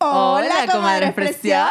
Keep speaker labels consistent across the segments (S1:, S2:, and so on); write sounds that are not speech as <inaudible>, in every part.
S1: Hola, comadres preciosas.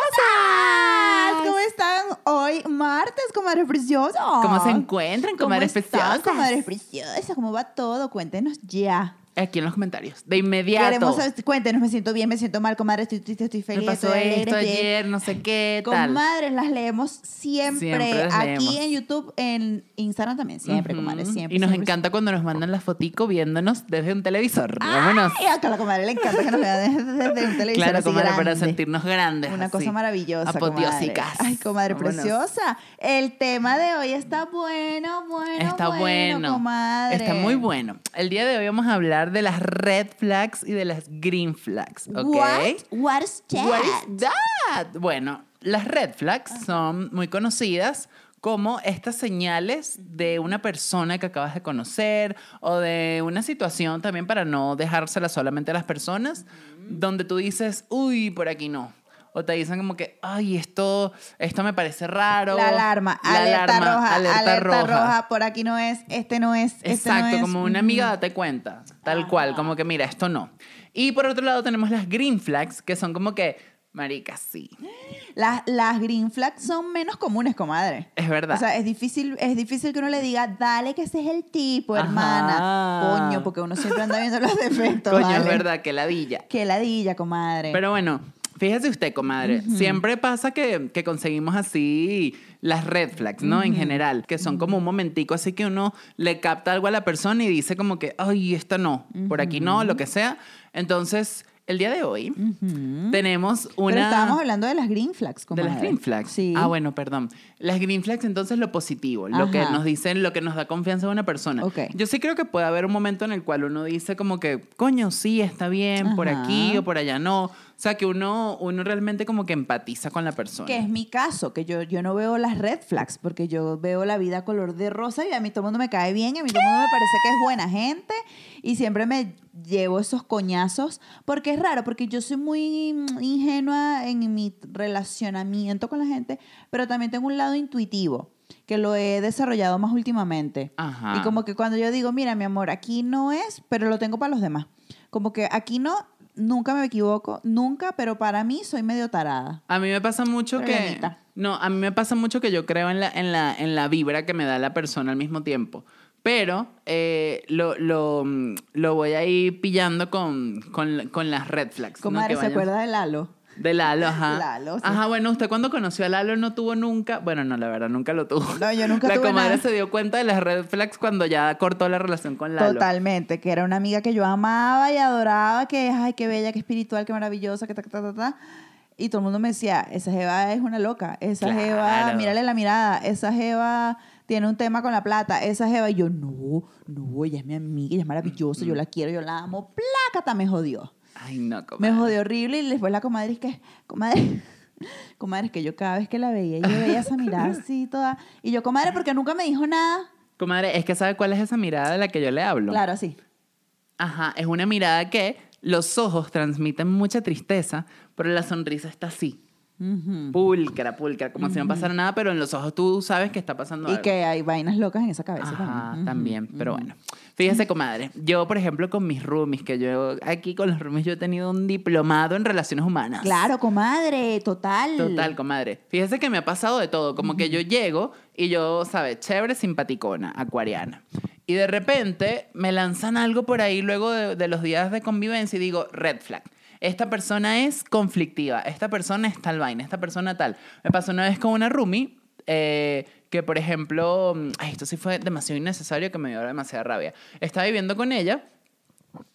S2: ¿Cómo están hoy martes, comadres preciosas?
S1: ¿Cómo se encuentran, comadres
S2: ¿Cómo están,
S1: preciosas?
S2: comadres preciosas? ¿Cómo va todo? Cuéntenos ya.
S1: Aquí en los comentarios, de inmediato.
S2: Queremos saber- cuéntenos, me siento bien, me siento mal, comadre, estoy triste, estoy
S1: Me
S2: feliz,
S1: pasó
S2: estoy alegre,
S1: esto
S2: estoy-
S1: ayer, no sé qué, tal.
S2: Comadres, las leemos siempre,
S1: Siempre las
S2: aquí
S1: leemos.
S2: en YouTube, en Instagram también, siempre,
S1: Ujú.
S2: comadres, siempre.
S1: Y nos
S2: siempre,
S1: encanta cuando nos mandan la fotico viéndonos desde un televisor. Vámonos.
S2: siempre. Ay, a la comadre le encanta que nos vean desde, desde un Ah, televisor
S1: Claro,
S2: así
S1: comadre, para
S2: grande.
S1: sentirnos grandes.
S2: Una
S1: así.
S2: cosa maravillosa.
S1: Apoteósicas.
S2: comadre. Ay, comadre
S1: Vámonos.
S2: preciosa. El tema de hoy está bueno, bueno.
S1: Está bueno.
S2: comadre.
S1: Está muy bueno. El día de hoy vamos a hablar de las red flags y de las green flags, ¿ok?
S2: What? What's that?
S1: What is that? Bueno, las red flags son muy conocidas como estas señales de una persona que acabas de conocer o de una situación también para no dejársela solamente a las personas, donde tú dices, uy, por aquí no. O te dicen como que, ay, esto, esto me parece raro.
S2: La alarma,
S1: La
S2: alerta
S1: alarma,
S2: roja,
S1: alerta roja.
S2: por aquí no es, este no es, este no
S1: Exacto,
S2: es. Ah.
S1: como una amiga date cuenta, tal cual, como que mira, esto no. Y por otro lado tenemos las green flags, que son como que, marica, sí,
S2: Mm-hmm. Las, las green flags son menos comunes, comadre.
S1: es verdad.
S2: O sea, es difícil, es difícil que uno le diga, dale que ese es el tipo, hermana.
S1: Ajá.
S2: Coño, porque uno siempre anda viendo
S1: <laughs>
S2: los defectos.
S1: Coño, es
S2: vale.
S1: verdad, que ladilla.
S2: Qué ladilla, comadre.
S1: Pero bueno, fíjese usted, comadre, siempre pasa que, que conseguimos así las red flags, ¿no? En general, que son como un momentico, así que uno le capta algo a la persona y dice como que, ay, esta no, por aquí no, lo que sea. Entonces, el día de hoy tenemos una...
S2: Pero estábamos hablando de las green flags,
S1: De
S2: comadre.
S1: las green flags.
S2: Sí.
S1: Ah, bueno, perdón. Las green flags, entonces, lo positivo, lo que
S2: Ajá.
S1: nos dicen, lo que nos da confianza a una persona.
S2: Ok.
S1: Yo sí creo que puede haber un momento en el cual uno dice como que, coño, sí, está bien, por
S2: Ajá.
S1: aquí o por allá no. O sea, que uno, uno realmente como que empatiza con la persona.
S2: Que es mi caso, que yo, yo no veo las red flags, porque yo veo la vida color de rosa y a mí todo el mundo me cae bien, y a mí todo el mundo me parece que es buena gente y siempre me llevo esos coñazos, porque es raro, porque yo soy muy mm, ingenua en mi relacionamiento con la gente, pero también tengo un lado intuitivo, que lo he desarrollado más últimamente.
S1: Ajá.
S2: Y como que cuando yo digo, mira, mi amor, aquí no es, pero lo tengo para los demás. Como que aquí no, nunca me equivoco, nunca, pero para mí soy medio tarada.
S1: A mí me pasa mucho
S2: Pero
S1: que...
S2: bonita.
S1: No, a mí me pasa mucho que yo creo en la, en la, en la vibra que me da la persona al mismo tiempo. Pero eh, lo, lo, lo voy a ir pillando con, con, con las red flags. ¿no?
S2: Comadre,
S1: Que
S2: ¿se
S1: vayan-
S2: acuerda de Lalo?
S1: De Lalo, ajá.
S2: Lalo, sí.
S1: Ajá, bueno, usted cuando conoció a Lalo no tuvo nunca. Bueno, no, la verdad, nunca lo tuvo.
S2: No, yo nunca
S1: la
S2: tuve
S1: comadre
S2: nada.
S1: se dio cuenta de las red flags cuando ya cortó la relación con Lalo.
S2: Totalmente, que era una amiga que yo amaba y adoraba, que ay, qué bella, qué espiritual, qué maravillosa, que ta, ta, ta, ta. Y todo el mundo me decía, esa Jeva es una loca, esa
S1: Claro.
S2: Jeva, mírale la mirada, esa Jeva tiene un tema con la plata, esa Jeva. Y yo, no, no, ella es mi amiga, ella es maravillosa, yo la quiero, yo la amo. Plácata, me jodió.
S1: Ay, no, comadre.
S2: Me jodió horrible y después la comadre es que, comadre, <laughs> comadre, es que yo cada vez que la veía, yo veía esa mirada así toda. Y yo, comadre, porque nunca me dijo nada.
S1: Comadre, es que sabe cuál es esa mirada de la que yo le hablo.
S2: Claro, así.
S1: Ajá, es una mirada que los ojos transmiten mucha tristeza, pero la sonrisa está así. Pulcra, pulcra, como si no pasara nada, pero en los ojos tú sabes que está pasando
S2: Y
S1: algo.
S2: que hay vainas locas en esa cabeza
S1: Ajá,
S2: también.
S1: también, pero bueno. Fíjese, comadre, yo, por ejemplo, con mis roomies, que yo aquí con los roomies yo he tenido un diplomado en relaciones humanas.
S2: Claro, comadre, total.
S1: Total, comadre. Fíjese que me ha pasado de todo. Como que yo llego y yo, ¿sabes? Chévere, simpaticona, acuariana. Y de repente me lanzan algo por ahí luego de, de los días de convivencia y digo, red flag. Esta persona es conflictiva, esta persona es tal vaina, esta persona tal. Me pasó una vez con una roomie eh, que, por ejemplo, mm, ay, esto sí fue demasiado innecesario que me dio demasiada rabia. Estaba viviendo con ella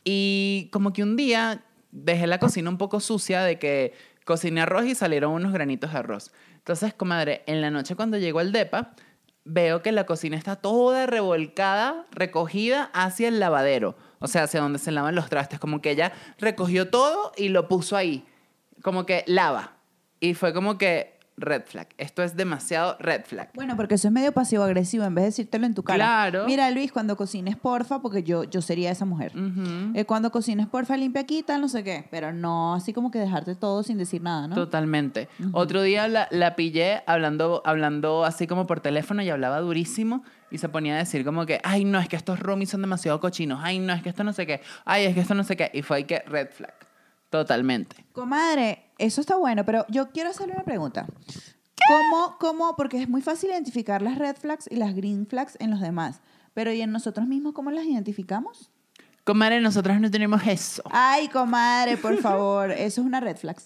S1: y como que un día dejé la cocina un poco sucia de que cociné arroz y salieron unos granitos de arroz. Entonces, comadre, en la noche cuando llego al DEPA, veo que la cocina está toda revolcada, recogida hacia el lavadero. O sea, hacia donde se lavan los trastes. Como que ella recogió todo y lo puso ahí. Como que lava. Y fue como que red flag. Esto es demasiado red flag.
S2: Bueno, porque eso es medio pasivo-agresivo, en vez de decírtelo en tu cara.
S1: Claro.
S2: Mira, Luis, cuando cocines, porfa, porque yo, yo sería esa mujer. Eh, cuando cocines, porfa, limpia, quita, no sé qué. Pero no así como que dejarte todo sin decir nada, ¿no?
S1: Totalmente. Otro día la, la pillé hablando, hablando así como por teléfono y hablaba durísimo y se ponía a decir como que, ay, no, es que estos roomies son demasiado cochinos, ay, no, es que esto no sé qué, ay, es que esto no sé qué. Y fue ahí que red flag. Totalmente.
S2: Comadre, Eso está bueno, pero yo quiero hacerle una pregunta. ¿Cómo, cómo, porque es muy fácil identificar las red flags y las green flags en los demás, pero ¿y en nosotros mismos cómo las identificamos?
S1: Comadre, nosotras no tenemos eso.
S2: Ay, comadre, por
S1: <laughs>
S2: favor, eso es una red flag.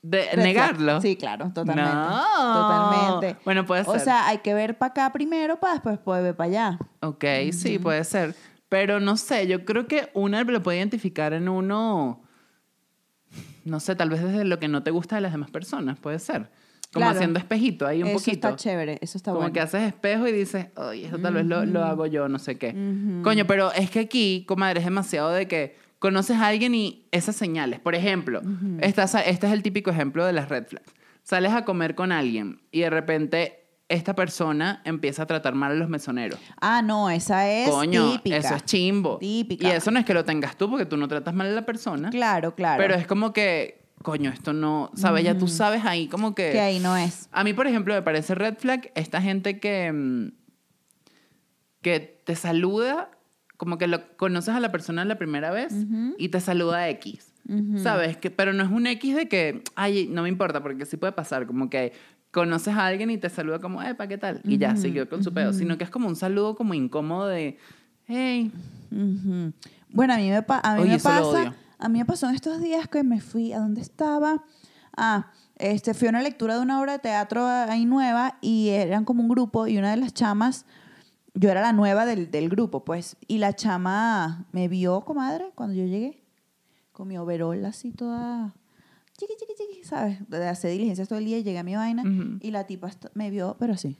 S1: De
S2: Red flag.
S1: negarlo.
S2: Sí, claro, totalmente.
S1: No.
S2: Totalmente.
S1: Bueno, puede
S2: O
S1: ser.
S2: sea, hay que ver para acá primero para después poder ver para allá.
S1: Ok, sí, puede ser. Pero no sé, yo creo que una lo puede identificar en uno, no sé, tal vez desde lo que no te gusta de las demás personas, puede ser. Como
S2: Claro.
S1: haciendo espejito ahí un
S2: eso
S1: poquito.
S2: está chévere, eso está
S1: Como
S2: bueno.
S1: que haces espejo y dices, ay, eso tal vez lo, lo hago yo, no sé qué. Coño, pero es que aquí, comadre, es demasiado de que conoces a alguien y esas señales. Por ejemplo, estás a- este es el típico ejemplo de las red flags. Sales a comer con alguien y de repente esta persona empieza a tratar mal a los mesoneros.
S2: Ah, no, esa es
S1: Coño,
S2: típica.
S1: eso es chimbo.
S2: Típica.
S1: Y eso no es que lo tengas tú porque tú no tratas mal a la persona.
S2: Claro, claro.
S1: Pero es como que, coño, esto no, ¿sabes? Ya tú sabes ahí como que...
S2: que ahí no es.
S1: A mí, por ejemplo, me parece red flag esta gente que, mm, que te saluda, como que lo, conoces a la persona la primera vez y te saluda X. ¿Sabes? Que, pero no es un X de que, ay, no me importa, porque sí puede pasar, como que conoces a alguien y te saluda como, epa, ¿qué tal? Y ya, siguió con su pedo. Sino que es como un saludo como incómodo de, hey,
S2: Ujú. Bueno, a mí me, pa- a mí
S1: Oye,
S2: me
S1: eso lo
S2: pasa.
S1: odio.
S2: A mí me pasó en estos días que me fui a donde estaba. Ah, este, fui a una lectura de una obra de teatro ahí nueva y eran como un grupo y una de las chamas, yo era la nueva del, del grupo, pues, y la chama me vio, comadre, cuando yo llegué, con mi overol así toda, chiqui, chiqui, chiqui, ¿sabes? De de hacer diligencias todo el día y llegué a mi vaina
S1: Ujú.
S2: y la tipa est- me vio, pero así.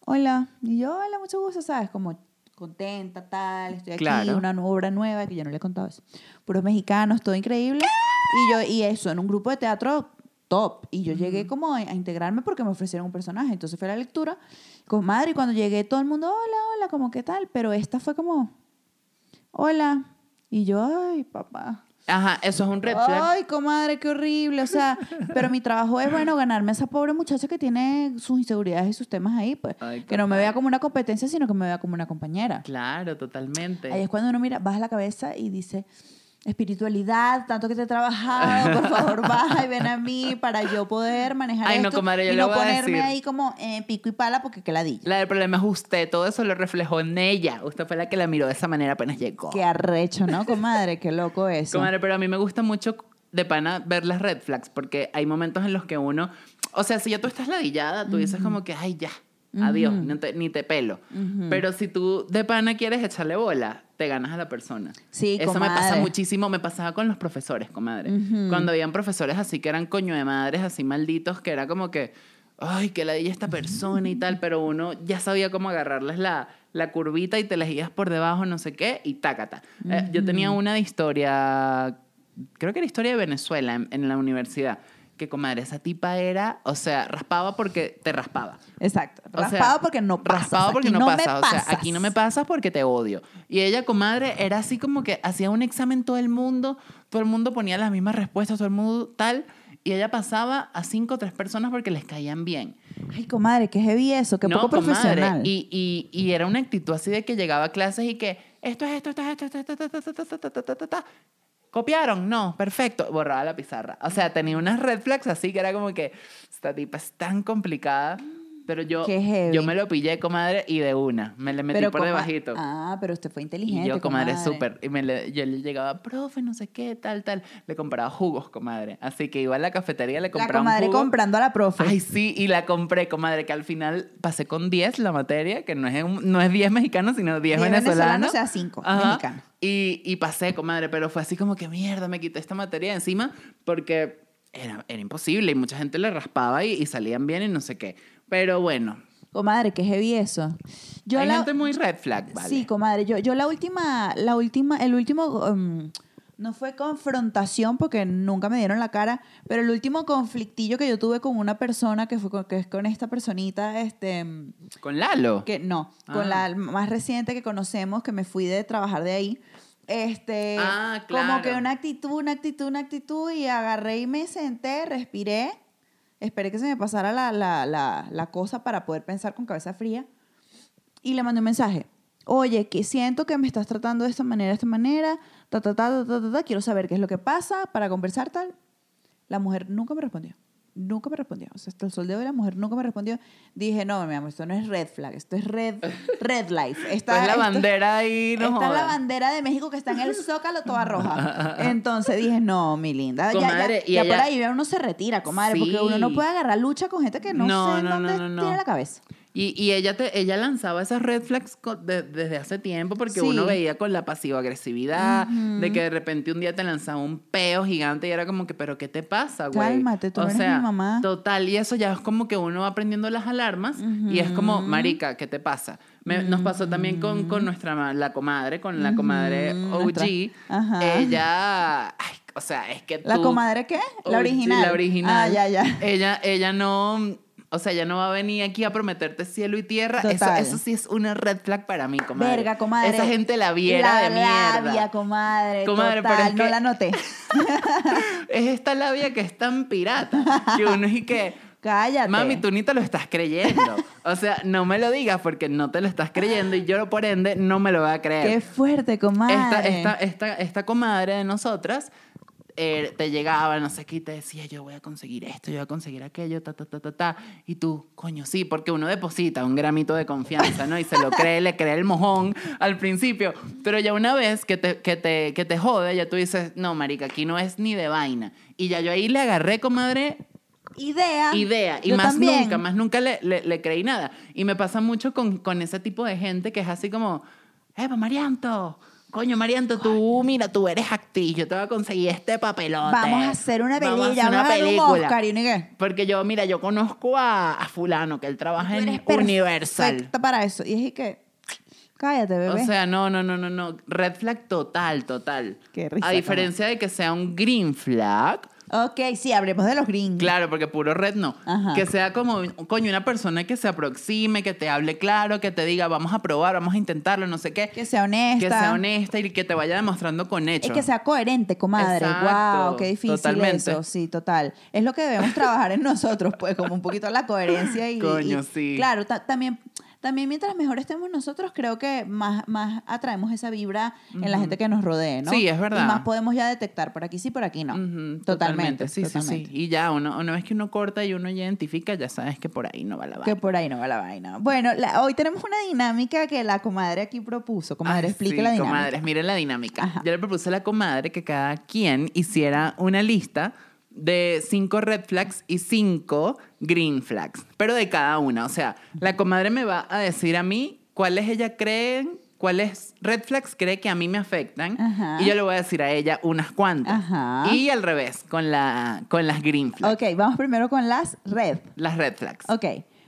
S2: Hola. Y yo, hola, mucho gusto, ¿sabes? Como contenta, tal, estoy aquí,
S1: Claro.
S2: una nu- obra nueva que yo no le he contado eso. Puros mexicanos, todo increíble. Y yo, y eso, en un grupo de teatro top. Y yo llegué como a a integrarme porque me ofrecieron un personaje. Entonces fue a la lectura. Con madre, y cuando llegué todo el mundo, hola, hola, como qué tal. Pero esta fue como, hola. Y yo, ay, papá.
S1: ajá, eso es un red flag.
S2: Ay, comadre, qué horrible. O sea, pero mi trabajo es, bueno, ganarme a esa pobre muchacha que tiene sus inseguridades y sus temas ahí, pues.
S1: Ay,
S2: que no me vea como una competencia, sino que me vea como una compañera.
S1: Claro, totalmente.
S2: Ahí es cuando uno mira, baja la cabeza y dice, espiritualidad, tanto que te he trabajado, por
S1: <laughs>
S2: favor, baja y ven a mí para yo poder manejar
S1: Ay, no,
S2: esto
S1: comadre, yo
S2: y
S1: le
S2: no
S1: voy a
S2: ponerme
S1: decir.
S2: ahí como eh, pico y pala porque que ladilla.
S1: La del problema es usted, todo eso lo reflejó en ella. Usted fue la que la miró de esa manera apenas llegó.
S2: Qué arrecho, ¿no, comadre? Qué loco eso.
S1: Comadre, pero a mí me gusta mucho de pana ver las red flags, porque hay momentos en los que uno, o sea, si ya tú estás ladillada, tú dices como que, ay, ya, adiós, no te- ni te pelo. Pero si tú de pana quieres echarle bola, te ganas a la persona.
S2: Sí,
S1: Eso me pasa
S2: comadre.
S1: muchísimo, me pasaba con los profesores, comadre. Cuando habían profesores así que eran coño de madres, así malditos, que era como que, ay, que ladilla esta persona y tal, pero uno ya sabía cómo agarrarles la, la curvita y te las ibas por debajo, no sé qué, y tácata. Eh, yo tenía una de historia, creo que era historia de Venezuela en, en la universidad, que comadre, esa tipa era, o sea, raspaba porque te raspaba.
S2: Exacto.
S1: O sea,
S2: Raspado porque no pasa.
S1: Raspado porque no, pasa. O sea, aquí no me
S2: pasas.
S1: pasas porque te odio. Y ella, comadre, era así como que hacía un examen todo el mundo, todo el mundo ponía las mismas respuestas, todo el mundo tal, y ella pasaba a cinco o tres personas porque les caían bien.
S2: Ay, comadre, qué heavy eso, qué
S1: No,
S2: poco
S1: comadre,
S2: profesional.
S1: Y, y, y era una actitud así de que llegaba a clases y que esto es esto, esto es esto, esto, es esto, esto, esto, esto, esto, esto, esto, esto, esto". ¿Copiaron? No, perfecto. Borraba la pizarra. O sea, tenía unas red flags así que era como que esta tipa es tan complicada. Pero yo,
S2: Qué heavy.
S1: yo me lo pillé, comadre, y de una. Me le metí por
S2: coma-
S1: debajito.
S2: Ah, pero usted fue inteligente.
S1: Y yo, comadre, súper. Y me le- yo le llegaba, profe, no sé qué, tal, tal. Le compraba jugos, comadre. Así que iba a la cafetería, le
S2: La
S1: compraba
S2: comadre
S1: un jugo.
S2: comprando a la profe.
S1: Ay, sí, y la compré, comadre, que al final pasé con 10 la materia, que no es, un- no es 10 mexicanos, sino 10
S2: Diez venezolanos,
S1: venezolanos.
S2: o sea, cinco
S1: Ajá.
S2: mexicanos.
S1: Y, y pasé, comadre, pero fue así como que mierda, me quité esta materia de encima porque era, era imposible y mucha gente le raspaba y, y salían bien y no sé qué. Pero bueno,
S2: Comadre, qué heavy eso. Yo
S1: hay
S2: la...
S1: gente muy red flag, ¿vale?
S2: Sí, comadre. Yo, yo la última, la última, el último, um, no fue confrontación porque nunca me dieron la cara, pero el último conflictillo que yo tuve con una persona que fue con, que es con esta personita, este, um,
S1: Con Lalo.
S2: que no, con
S1: Ah.
S2: la más reciente que conocemos, que me fui de trabajar de ahí. Este,
S1: Ah,
S2: como
S1: claro.
S2: que una actitud, una actitud, una actitud, y agarré y me senté, respiré, esperé que se me pasara la, la, la, la cosa para poder pensar con cabeza fría, y le mandé un mensaje. oye, que siento que me estás tratando de esta manera, de esta manera, ta, ta, ta, ta, ta, ta, ta, quiero saber qué es lo que pasa para conversar tal. La mujer nunca me respondió. Nunca me respondió. O sea, hasta el sol de hoy la mujer nunca me respondió. Dije, no, mi amor, esto no es red flag, esto es
S1: <laughs>
S2: red, red life. Esta,
S1: Pues la
S2: esto-
S1: bandera ahí, no
S2: esta es la
S1: jodas.
S2: bandera de México que está
S1: <laughs>
S2: en el Zócalo toda roja. Entonces dije, no, mi linda. ya-
S1: Comadre,
S2: ya,
S1: y
S2: ya
S1: ella-
S2: por ahí uno se retira, comadre,
S1: Sí.
S2: porque uno no puede agarrar lucha con gente que no,
S1: No,
S2: sé en
S1: no, no,
S2: dónde
S1: no, no.
S2: tiene la cabeza.
S1: Y, y ella, te, ella lanzaba esas red flags co- de- desde hace tiempo
S2: Sí.
S1: porque uno veía con la pasivo-agresividad, de que de repente un día te lanzaba un peo gigante y era como que, pero ¿qué te pasa, güey?
S2: Cálmate, tú no eres mi mamá.
S1: Total, y eso ya es como que uno va aprendiendo las alarmas y es como, marica, ¿qué te pasa? Me- Nos pasó también con, con nuestra, ma- la comadre, con la comadre
S2: Ujú,
S1: OG.
S2: nuestra- ajá.
S1: Ella, ay, o sea, es que
S2: ¿La
S1: tú-
S2: comadre qué? La
S1: Oh, sí,
S2: original.
S1: La original.
S2: Ah, ya, ya.
S1: Ella, ella no. O sea, ella no va a venir aquí a prometerte cielo y tierra. Eso,
S2: Total.
S1: eso sí es una red flag para mí, comadre.
S2: Verga, comadre.
S1: Esa gente la viera
S2: La
S1: de mierda.
S2: labia, comadre.
S1: Comadre, pero
S2: total,
S1: es
S2: no
S1: que-
S2: la noté.
S1: Es esta labia que es tan pirata que uno es y que.
S2: Cállate.
S1: Mami, tú ni te lo estás creyendo. O sea, no me lo digas porque no te lo estás creyendo y yo, por ende, no me lo voy a creer.
S2: Qué fuerte, comadre.
S1: esta, esta, esta, esta comadre de nosotras eh, te llegaba, no sé qué, y te decía, yo voy a conseguir esto, yo voy a conseguir aquello, ta, ta, ta, ta, ta. Y tú, coño, sí, porque uno deposita un gramito de confianza, ¿no? Y se lo cree, le cree el mojón al principio. Pero ya una vez que te, que te, que te jode, ya tú dices, no, marica, aquí no es ni de vaina. Y ya yo ahí le agarré, comadre,
S2: idea.
S1: idea. Y
S2: Yo
S1: más
S2: también.
S1: nunca, más nunca le, le- le creí nada. Y me pasa mucho con, con ese tipo de gente que es así como, ¡Epa, Marianto! Coño, Marianto, tú, mira, tú eres actriz, yo te voy a conseguir este papelote.
S2: Vamos a hacer una
S1: Vamos
S2: película.
S1: a
S2: Vamos
S1: hacer una
S2: un
S1: película.
S2: Oscar, ¿y ni qué?
S1: Porque yo, mira, yo conozco a, a fulano, que él trabaja
S2: Tú eres
S1: en Universal.
S2: perfecta para eso. Y dije que, cállate,
S1: O
S2: bebé.
S1: sea, no, no, no, no, no. Red flag total, total.
S2: Qué risa,
S1: a diferencia de que sea un green flag,
S2: ok, sí, hablemos de los gringos.
S1: Claro, porque puro red no.
S2: Ajá.
S1: Que sea como, coño, una persona que se aproxime, que te hable claro, que te diga, vamos a probar, vamos a intentarlo, no sé qué.
S2: Que sea honesta.
S1: Que sea honesta y que te vaya demostrando con
S2: Y
S1: hechos.
S2: que sea coherente, comadre.
S1: Exacto,
S2: wow, qué difícil
S1: totalmente.
S2: eso. Sí, total. Es lo que debemos trabajar en nosotros, pues, como un poquito la coherencia y.
S1: Coño,
S2: y-
S1: sí.
S2: Claro, ta- también. También mientras mejor estemos nosotros, creo que más, más atraemos esa vibra en la gente que nos rodee, ¿no?
S1: Sí, es verdad.
S2: Y más podemos ya detectar por aquí sí, por aquí no.
S1: Ujú,
S2: totalmente,
S1: Sí, sí,
S2: totalmente.
S1: sí. Y ya, uno, una vez que uno corta y uno ya identifica, ya sabes que por ahí no va la
S2: Que
S1: vaina.
S2: por ahí no va la vaina. Bueno, la- hoy tenemos una dinámica que la comadre aquí propuso. Comadre,
S1: Ay,
S2: explique
S1: Ah, sí,
S2: la dinámica.
S1: Comadres, miren la dinámica.
S2: Ajá.
S1: Yo le propuse a la comadre que cada quien hiciera una lista de cinco red flags y cinco green flags, pero de cada una. O sea, la comadre me va a decir a mí cuáles ella creen, cuáles red flags cree que a mí me afectan,
S2: Ajá.
S1: y yo le voy a decir a ella unas cuantas.
S2: Ajá.
S1: Y al revés, con, la, con las green flags.
S2: Ok, vamos primero con las red.
S1: Las red flags.
S2: Ok.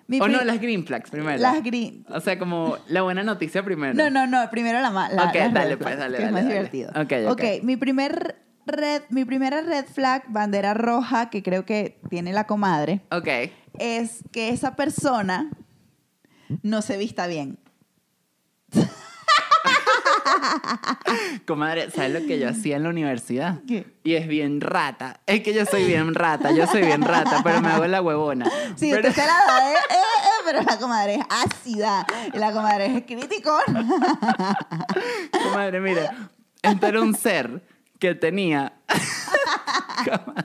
S2: Mi
S1: o no,
S2: pri-
S1: las green flags primero.
S2: Las green-
S1: O sea, como la buena noticia primero.
S2: No, no, no, primero la más. La,
S1: Ok,
S2: las
S1: dale,
S2: red
S1: pues,
S2: flags,
S1: dale,
S2: que
S1: dale,
S2: Es más
S1: dale.
S2: divertido.
S1: Ok, ok.
S2: mi, primer red, mi primera red flag, bandera roja, que creo que tiene la comadre,
S1: Ok.
S2: es que esa persona no se vista bien.
S1: Comadre, ¿sabes lo que yo hacía en la universidad?
S2: ¿Qué?
S1: Y es bien rata. Es que yo soy bien rata, yo soy bien rata, pero me hago la huevona.
S2: Sí,
S1: Pero-
S2: usted se la da, ¿eh? Eh, eh, pero la comadre es ácida. y La comadre es crítico.
S1: Comadre, mira, este era un ser que tenía. Comadre,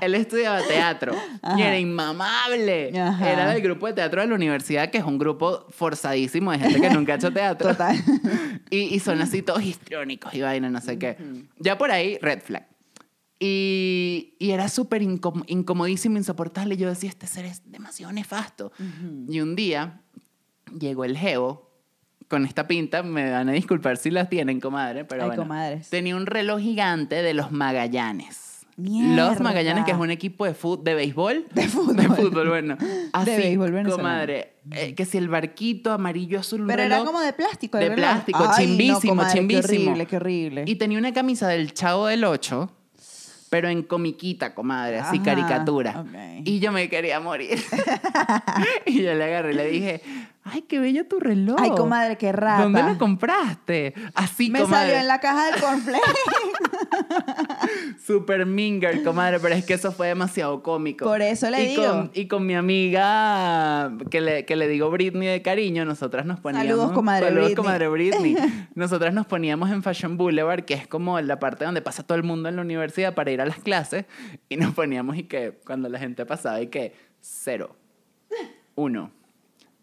S1: Él estudiaba teatro y
S2: Ajá.
S1: era inmamable.
S2: Ajá.
S1: Era del grupo de teatro de la universidad, que es un grupo forzadísimo de gente que nunca ha hecho teatro.
S2: Total.
S1: <laughs> Y, y son así todos histriónicos y vaina, no sé qué. Ya por ahí, red flag. Y, y era súper incom- incomodísimo, insoportable. Y yo decía, este ser es demasiado nefasto. Y un día llegó el geo con esta pinta. Me van a disculpar si las tienen, comadre. Pero
S2: Ay,
S1: bueno.
S2: comadres.
S1: Tenía un reloj gigante de los Magallanes. Los
S2: Mierda.
S1: Magallanes, que es un equipo de, fut- de béisbol.
S2: <laughs> De fútbol.
S1: De fútbol, bueno. Así,
S2: béisbol venezolano.
S1: comadre. eh, que si el barquito amarillo, azul, un
S2: Pero era
S1: reloj.
S2: como de plástico. el
S1: De
S2: reloj.
S1: plástico,
S2: Ay, no,
S1: chimbísimo,
S2: comadre, Qué
S1: chimbísimo.
S2: horrible, qué horrible.
S1: Y tenía una camisa del Chavo del Ocho, pero en comiquita, comadre, así
S2: Ajá,
S1: caricatura.
S2: ok.
S1: Y yo me quería morir. <laughs> y yo le agarré y le dije, ay, qué bello tu reloj.
S2: Ay, comadre, qué rata.
S1: ¿Dónde lo compraste? Así,
S2: Me
S1: comadre.
S2: salió en la caja del complejo.
S1: super minger, comadre, pero es que eso fue demasiado cómico.
S2: Por eso le
S1: y
S2: digo.
S1: Con, y con mi amiga, que le, que le digo Britney de cariño, nosotras nos poníamos...
S2: Saludos, comadre
S1: Saludos,
S2: Britney. <laughs>
S1: comadre Britney. Nosotras nos poníamos en Fashion Boulevard, que es como la parte donde pasa todo el mundo en la universidad para ir a las clases, y nos poníamos y que cuando la gente pasaba y que cero, uno,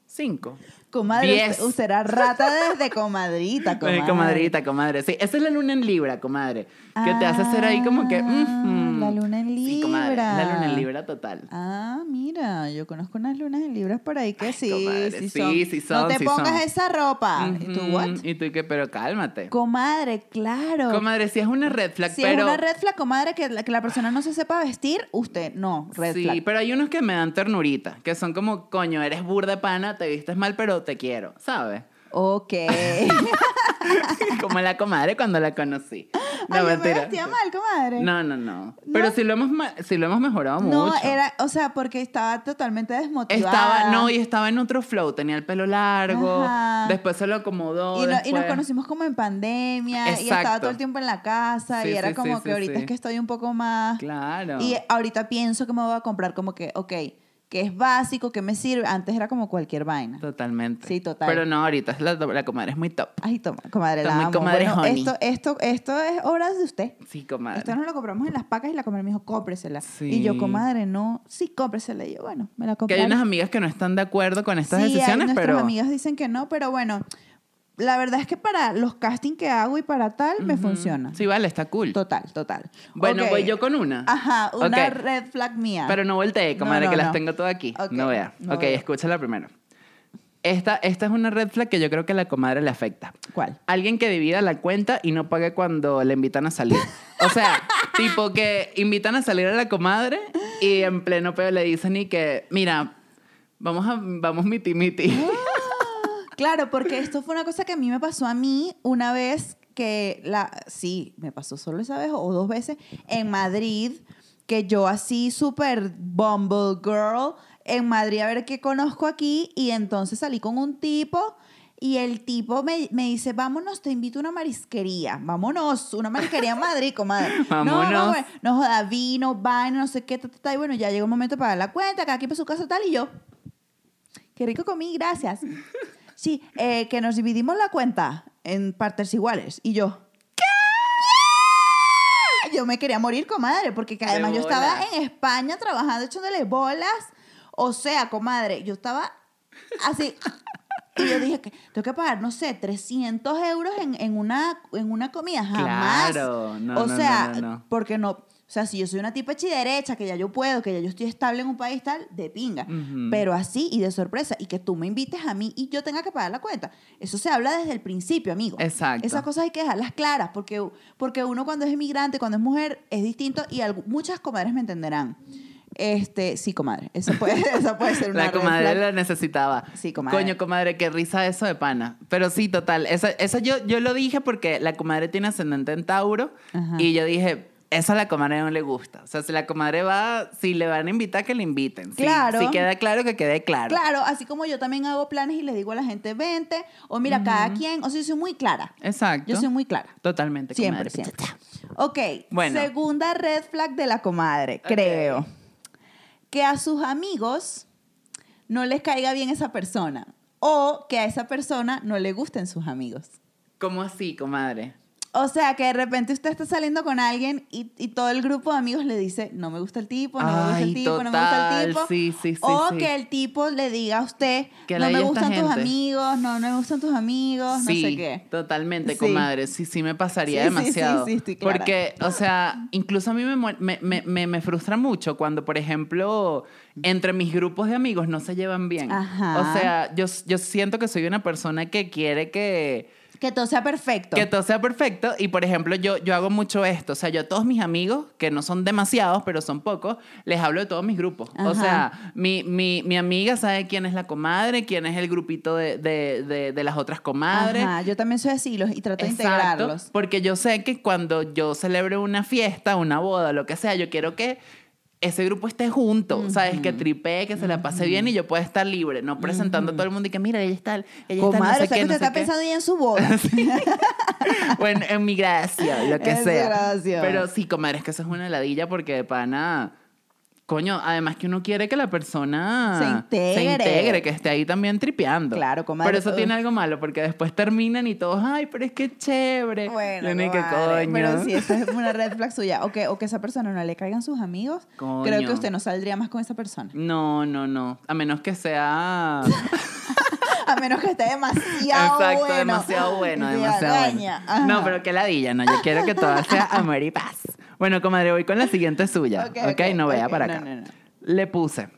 S1: cinco.
S2: Comadre,
S1: Diez.
S2: usted- usted era rata desde <laughs>
S1: <laughs>
S2: comadrita, comadre.
S1: Ay, comadrita, comadre. Sí, esa es la luna en Libra, comadre. Que te hace ser ahí como que.
S2: Ah,
S1: mm, mm.
S2: la luna en
S1: Sí, comadre. La luna en
S2: Libra.
S1: Libra total.
S2: Ah, mira, yo conozco unas lunas en libras por ahí que sí,
S1: comadre,
S2: sí,
S1: sí,
S2: son.
S1: sí
S2: No
S1: son,
S2: te
S1: sí
S2: pongas
S1: son.
S2: esa ropa. Ah, ¿Y tú
S1: Ujú.
S2: what?
S1: Y tú, que, pero cálmate.
S2: Comadre, claro.
S1: Comadre, sí es una red flag,
S2: si
S1: pero.
S2: es una red flag, comadre, que la, que la persona no se sepa vestir, usted no, red
S1: sí,
S2: flag.
S1: pero hay unos que me dan ternurita, que son como, coño, eres burda pana, te vistes mal, pero te quiero, ¿sabes?
S2: Ok.
S1: <laughs>
S2: <laughs>
S1: como la comadre cuando la conocí. No,
S2: Ay, yo me
S1: mentira.
S2: vestía mal, comadre.
S1: No, no, no. Pero sí lo hemos, ma- sí lo hemos mejorado
S2: No,
S1: mucho.
S2: era, o sea, porque estaba totalmente desmotivada.
S1: Estaba, no, y estaba en otro flow, tenía el pelo largo,
S2: Ajá.
S1: después se lo acomodó.
S2: Y, no- y nos
S1: después-
S2: conocimos como en pandemia y estaba
S1: Exacto.
S2: todo el tiempo en la casa y
S1: Sí,
S2: era
S1: sí,
S2: como
S1: sí,
S2: que
S1: sí,
S2: ahorita
S1: sí.
S2: es que estoy un poco más...
S1: Claro.
S2: Y ahorita pienso que me voy a comprar como que, ok, que es básico, que me sirve. Antes era como cualquier vaina.
S1: Totalmente.
S2: Sí, total.
S1: Pero no, ahorita es la, la comadre es muy top.
S2: Ay, toma, comadre, la
S1: Toma,
S2: amo.
S1: comadre,
S2: Bueno,
S1: honey.
S2: esto, esto, esto es obra de usted.
S1: Sí, comadre.
S2: Esto no lo compramos en las pacas y la comadre me dijo, cómpresela.
S1: Sí.
S2: Y yo, comadre, no, sí, cómpresela. Y yo, bueno, me la
S1: Que
S2: compré.
S1: hay unas amigas que no están de acuerdo con estas
S2: sí, hay-
S1: decisiones,
S2: nuestras
S1: pero...
S2: amigas dicen que no, pero bueno, la verdad es que para los castings que hago y para tal, me funciona.
S1: Sí, vale, está cool.
S2: Total, total.
S1: Bueno,
S2: Ok.
S1: voy yo con una.
S2: Ajá, una
S1: Ok.
S2: red flag mía.
S1: Pero no volteé,
S2: No,
S1: comadre,
S2: no,
S1: que
S2: no.
S1: las tengo todas aquí.
S2: Ok,
S1: No vea.
S2: no
S1: ok,
S2: veo.
S1: escúchala primero. Esta, esta es una red flag que yo creo que a la comadre le afecta.
S2: ¿Cuál?
S1: Alguien que divida la cuenta y no pague cuando le invitan a salir.
S2: <laughs>
S1: O sea, tipo que invitan a salir a la comadre y en pleno peo le dicen y que, mira, vamos a, vamos miti miti.
S2: <laughs> Claro, porque esto fue una cosa que a mí me pasó a mí una vez que la sí, me pasó solo esa vez o dos veces en Madrid que yo así súper bumble girl en Madrid a ver qué conozco aquí y entonces salí con un tipo y el tipo me, me dice, vámonos, te invito a una marisquería. Vámonos, una marisquería en Madrid, comadre. No,
S1: Vámonos.
S2: vamos a- no joda, vino, vaina, no sé qué, ta, ta, ta. Y bueno, ya llegó el momento de pagar la cuenta, cada quien para su casa, tal, y yo, Qué rico comí, gracias. Sí, eh, que nos dividimos la cuenta en partes iguales. Y yo, ¿qué? Yo me quería morir, comadre, porque que
S1: De
S2: además yo estaba
S1: bolas.
S2: en España trabajando, echándole bolas. O sea, comadre, yo estaba así. Y yo dije que tengo que pagar, no sé, 300 euros en, en una, en una comida. Jamás.
S1: Claro, no,
S2: o
S1: no, no,
S2: sea,
S1: no, no.
S2: porque no, o sea, si yo soy una tipa derecha, que ya yo puedo, que ya yo estoy estable en un país tal, de pinga.
S1: Ujú.
S2: Pero así y de sorpresa, y que tú me invites a mí y yo tenga que pagar la cuenta. Eso se habla desde el principio, amigo.
S1: Exacto.
S2: Esas cosas hay que dejarlas claras, porque, porque uno cuando es inmigrante, cuando es mujer, es distinto y algu- muchas comadres me entenderán. Este, sí, comadre, eso puede, <laughs> esa puede ser una
S1: La
S2: red
S1: comadre
S2: flag.
S1: la necesitaba.
S2: Sí, comadre.
S1: Coño, comadre, qué risa eso de pana. Pero sí, total. Esa, esa yo, yo lo dije porque la comadre tiene ascendente en Tauro
S2: Ajá.
S1: y yo dije, eso a la comadre no le gusta. O sea, si la comadre va, si le van a invitar, que le inviten. Si-
S2: Claro.
S1: Si, queda claro, que quede claro.
S2: Claro, así como yo también hago planes y le digo a la gente, vente, o mira, cada quien, o sea, yo soy muy clara.
S1: Exacto.
S2: Yo soy muy clara.
S1: Totalmente,
S2: Siempre,
S1: comadre.
S2: siempre. <laughs> Ok,
S1: Bueno.
S2: segunda red flag de la comadre,
S1: Ok.
S2: creo. Que a sus amigos no les caiga bien esa persona. O que a esa persona no le gusten sus amigos.
S1: ¿Cómo así, comadre?
S2: O sea, que de repente usted está saliendo con alguien y, y todo el grupo de amigos le dice, no me gusta el tipo, no me gusta el
S1: Ay,
S2: tipo, no me gusta el
S1: total,
S2: tipo.
S1: sí, sí, sí,
S2: o
S1: sí.
S2: que el tipo le diga a usted,
S1: Que
S2: no
S1: la
S2: me
S1: haya esta
S2: gustan tus
S1: gente".
S2: amigos, no, no me gustan tus amigos,
S1: sí,
S2: no sé qué.
S1: Totalmente,
S2: Sí.
S1: comadre. Sí, sí me pasaría
S2: Sí, sí, sí,
S1: demasiado.
S2: sí, estoy clara.
S1: Porque, o sea, incluso a mí me, mu- me, me- me- me frustra mucho cuando, por ejemplo, entre mis grupos de amigos no se llevan bien.
S2: Ajá.
S1: O sea, yo, yo siento que soy una persona que quiere que,
S2: Que todo sea perfecto.
S1: que todo sea perfecto. Y por ejemplo, yo, yo hago mucho esto. O sea, yo a todos mis amigos, que no son demasiados, pero son pocos, les hablo de todos mis grupos.
S2: Ajá.
S1: O sea, mi, mi, mi amiga sabe quién es la comadre, quién es el grupito de, de, de, de las otras comadres.
S2: Ajá, yo también soy así los- y trato de integrarlos.
S1: Porque yo sé que cuando yo celebro una fiesta, una boda, lo que sea, yo quiero que ese grupo esté junto, ¿sabes? Que tripee, que se la pase bien y yo pueda estar libre, no presentando a todo el mundo y que mira, ella está, ella está, no
S2: Comadre,
S1: sé
S2: o sea
S1: qué,
S2: que
S1: no
S2: usted
S1: sé
S2: está
S1: qué.
S2: pensando ya en su
S1: <laughs>
S2: boda.
S1: o en, en mi gracia, lo que
S2: En su
S1: sea.
S2: gracia.
S1: Pero sí, comadre, es que eso es una heladilla porque de pana. Coño, además que uno quiere que la persona
S2: Se integre.
S1: integre, que esté ahí también tripeando.
S2: Claro, comadre.
S1: Pero eso
S2: Uf.
S1: tiene algo malo, porque después terminan y todos, ay, pero es que chévere. Yo ni que
S2: comadre,
S1: coño.
S2: Pero sí, esa es una red flag suya. O que, o que esa persona no le caigan sus amigos.
S1: Coño.
S2: Creo que usted no saldría más con esa persona.
S1: No, no, no. A menos
S2: <laughs>
S1: que sea.
S2: A menos que esté demasiado
S1: Exacto,
S2: bueno.
S1: demasiado bueno,
S2: De
S1: demasiado
S2: araña.
S1: bueno. No,
S2: Ajá.
S1: pero que ladilla, no. Yo quiero que todo sea amor y paz. Bueno, comadre, voy con la siguiente suya. Ok,
S2: Ok, ok,
S1: no vea
S2: ok.
S1: para
S2: No,
S1: acá.
S2: no, no.
S1: Le puse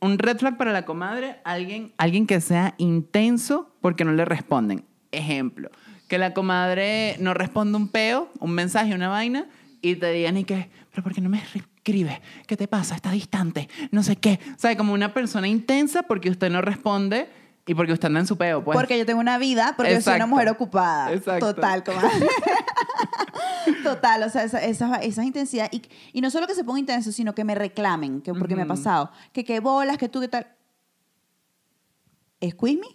S1: un red flag para la comadre, alguien, alguien que sea intenso porque no le responden. Ejemplo, que la comadre no responde un peo, un mensaje, una vaina, y te digan y que, pero ¿por qué no me escribes? ¿Qué te pasa? Está distante, no sé qué. O sea, como una persona intensa porque usted no responde y porque usted anda en su peo, pues.
S2: porque yo tengo una vida, porque yo soy
S1: Exacto.
S2: una mujer ocupada.
S1: Exacto.
S2: Total, comadre. <laughs> Total, o sea, esa, esa, esa intensidad. Y, y no solo que se ponga intenso, sino que me reclamen, que porque me ha pasado. Que qué bolas, que tú, qué tal. ¿Excuse me?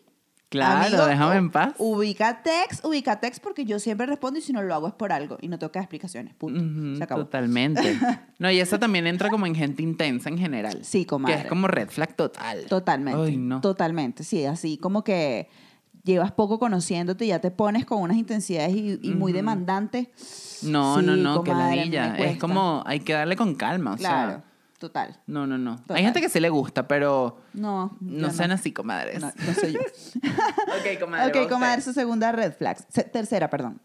S1: Claro, déjame
S2: u-
S1: en paz.
S2: uh, Ubica text, ubica text, porque yo siempre respondo y si no lo hago es por algo. Y no tengo que dar explicaciones, punto.
S1: Ujú,
S2: Se acabó.
S1: Totalmente.
S2: <laughs>
S1: No, y eso también entra como en gente intensa en general.
S2: Sí, comadre.
S1: Que es como red flag total.
S2: Totalmente.
S1: Ay, no.
S2: Totalmente. Sí, así como que llevas poco conociéndote y ya te pones con unas intensidades y, y muy demandantes.
S1: No,
S2: Sí,
S1: no, no, que
S2: comadre, a mí
S1: ladilla.
S2: me
S1: Es
S2: cuesta.
S1: como, hay que darle con calma, o
S2: Claro,
S1: sea.
S2: total.
S1: No, no, no.
S2: Total.
S1: Hay gente que sí le gusta, pero
S2: No, yo
S1: no sean así, comadres.
S2: No, no soy yo.
S1: <laughs> ok,
S2: ok,
S1: va usted.
S2: comadre, su segunda red flag. Se- tercera, perdón.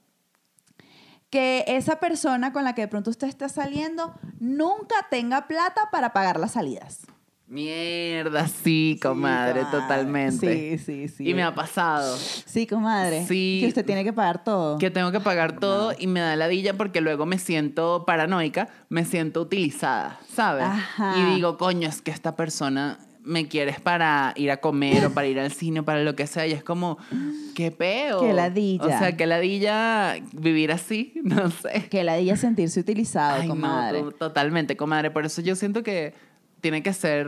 S2: Que esa persona con la que de pronto usted está saliendo nunca tenga plata para pagar las salidas.
S1: Mierda, sí, comadre,
S2: Sí,
S1: totalmente.
S2: Sí, sí, sí.
S1: Y me ha pasado
S2: Sí, comadre.
S1: Sí.
S2: Que usted tiene que pagar todo.
S1: que tengo que pagar todo y me da ladilla porque luego me siento paranoica, me siento utilizada, ¿sabes?
S2: Ajá.
S1: Y digo, coño, es que esta persona me quieres para ir a comer o para ir al cine o para lo que sea. Y es como, qué peo.
S2: Qué ladilla.
S1: O sea, qué ladilla vivir así, <laughs> no sé.
S2: Que la ella sentirse utilizado,
S1: Ay, no,
S2: comadre.
S1: to- totalmente, comadre. Por eso yo siento que tiene que ser.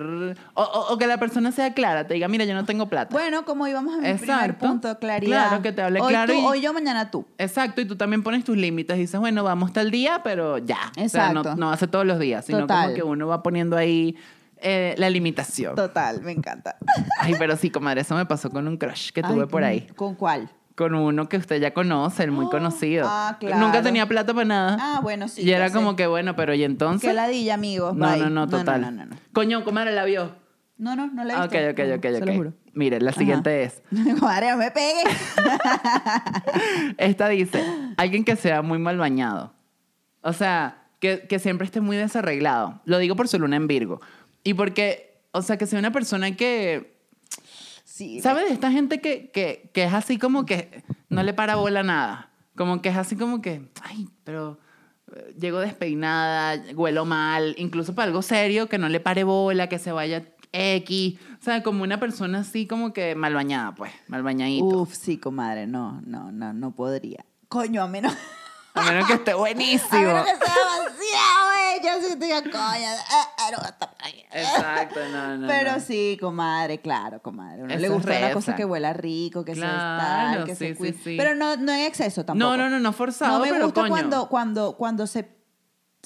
S1: O, o- o que la persona sea clara, te diga, mira, yo no tengo plata.
S2: Bueno, como íbamos a mi primer
S1: Exacto.
S2: punto, claridad.
S1: Claro, que te hable
S2: hoy
S1: claro
S2: Tú,
S1: y-
S2: Hoy yo, mañana tú.
S1: Exacto, y tú también pones tus límites. Dices, bueno, vamos tal día, pero ya. O sea, no,
S2: Exacto.
S1: no hace todos los días, sino
S2: Total.
S1: como que uno va poniendo ahí eh, la limitación.
S2: Total, me encanta.
S1: <laughs> Ay, pero sí, comadre, eso me pasó con un crush que tuve
S2: Ay,
S1: por ahí.
S2: ¿Con cuál?
S1: Con uno que usted ya conoce, el muy
S2: Ah,
S1: conocido.
S2: ah, claro.
S1: Nunca tenía plata para nada.
S2: Ah, bueno, sí.
S1: y era
S2: ya
S1: como
S2: sé.
S1: que, bueno, pero ¿y entonces?
S2: Qué ladilla, amigos.
S1: No,
S2: bye.
S1: no, no, total.
S2: No, no, no.
S1: Coño, comadre, la vio.
S2: No, no, no, no la he
S1: Ah, Ok,
S2: visto.
S1: ok,
S2: No,
S1: ok,
S2: Se
S1: ok.
S2: lo juro. <laughs>
S1: Mire, la siguiente
S2: Ajá.
S1: es.
S2: Comadre, no me pegue.
S1: Esta dice, alguien que sea muy mal bañado. O sea, que, que siempre esté muy desarreglado. Lo digo por su luna en Virgo. Y porque, o sea, que sea una persona que...
S2: Sí.
S1: ¿Sabes de esta gente que, que, que es así como que no le para bola a nada? Como que es así como que, ay, pero eh, llego despeinada, huelo mal, incluso para algo serio, que no le pare bola, que se vaya X. O sea, como una persona así como que mal bañada, pues, mal bañadito.
S2: Uf, sí, comadre. No, no, no, no podría. Coño, <laughs> a menos,
S1: A menos que
S2: <laughs>
S1: esté
S2: a
S1: buenísimo.
S2: menos que sea demasiado ella. Así que te diga, coño, ah, ah, no, está por aquí.
S1: Exacto, no,
S2: <laughs>
S1: no.
S2: Pero
S1: no.
S2: sí, comadre, claro, comadre. Uno
S1: Eso
S2: le
S1: es
S2: gusta una
S1: red
S2: cosa
S1: flag.
S2: que huela rico, que sea
S1: Claro,
S2: tal, que
S1: sí,
S2: se cuide.
S1: sí, sí.
S2: Pero no, no en exceso tampoco.
S1: No, no, no, no forzado,
S2: No me
S1: pero
S2: gusta
S1: coño.
S2: cuando cuando cuando se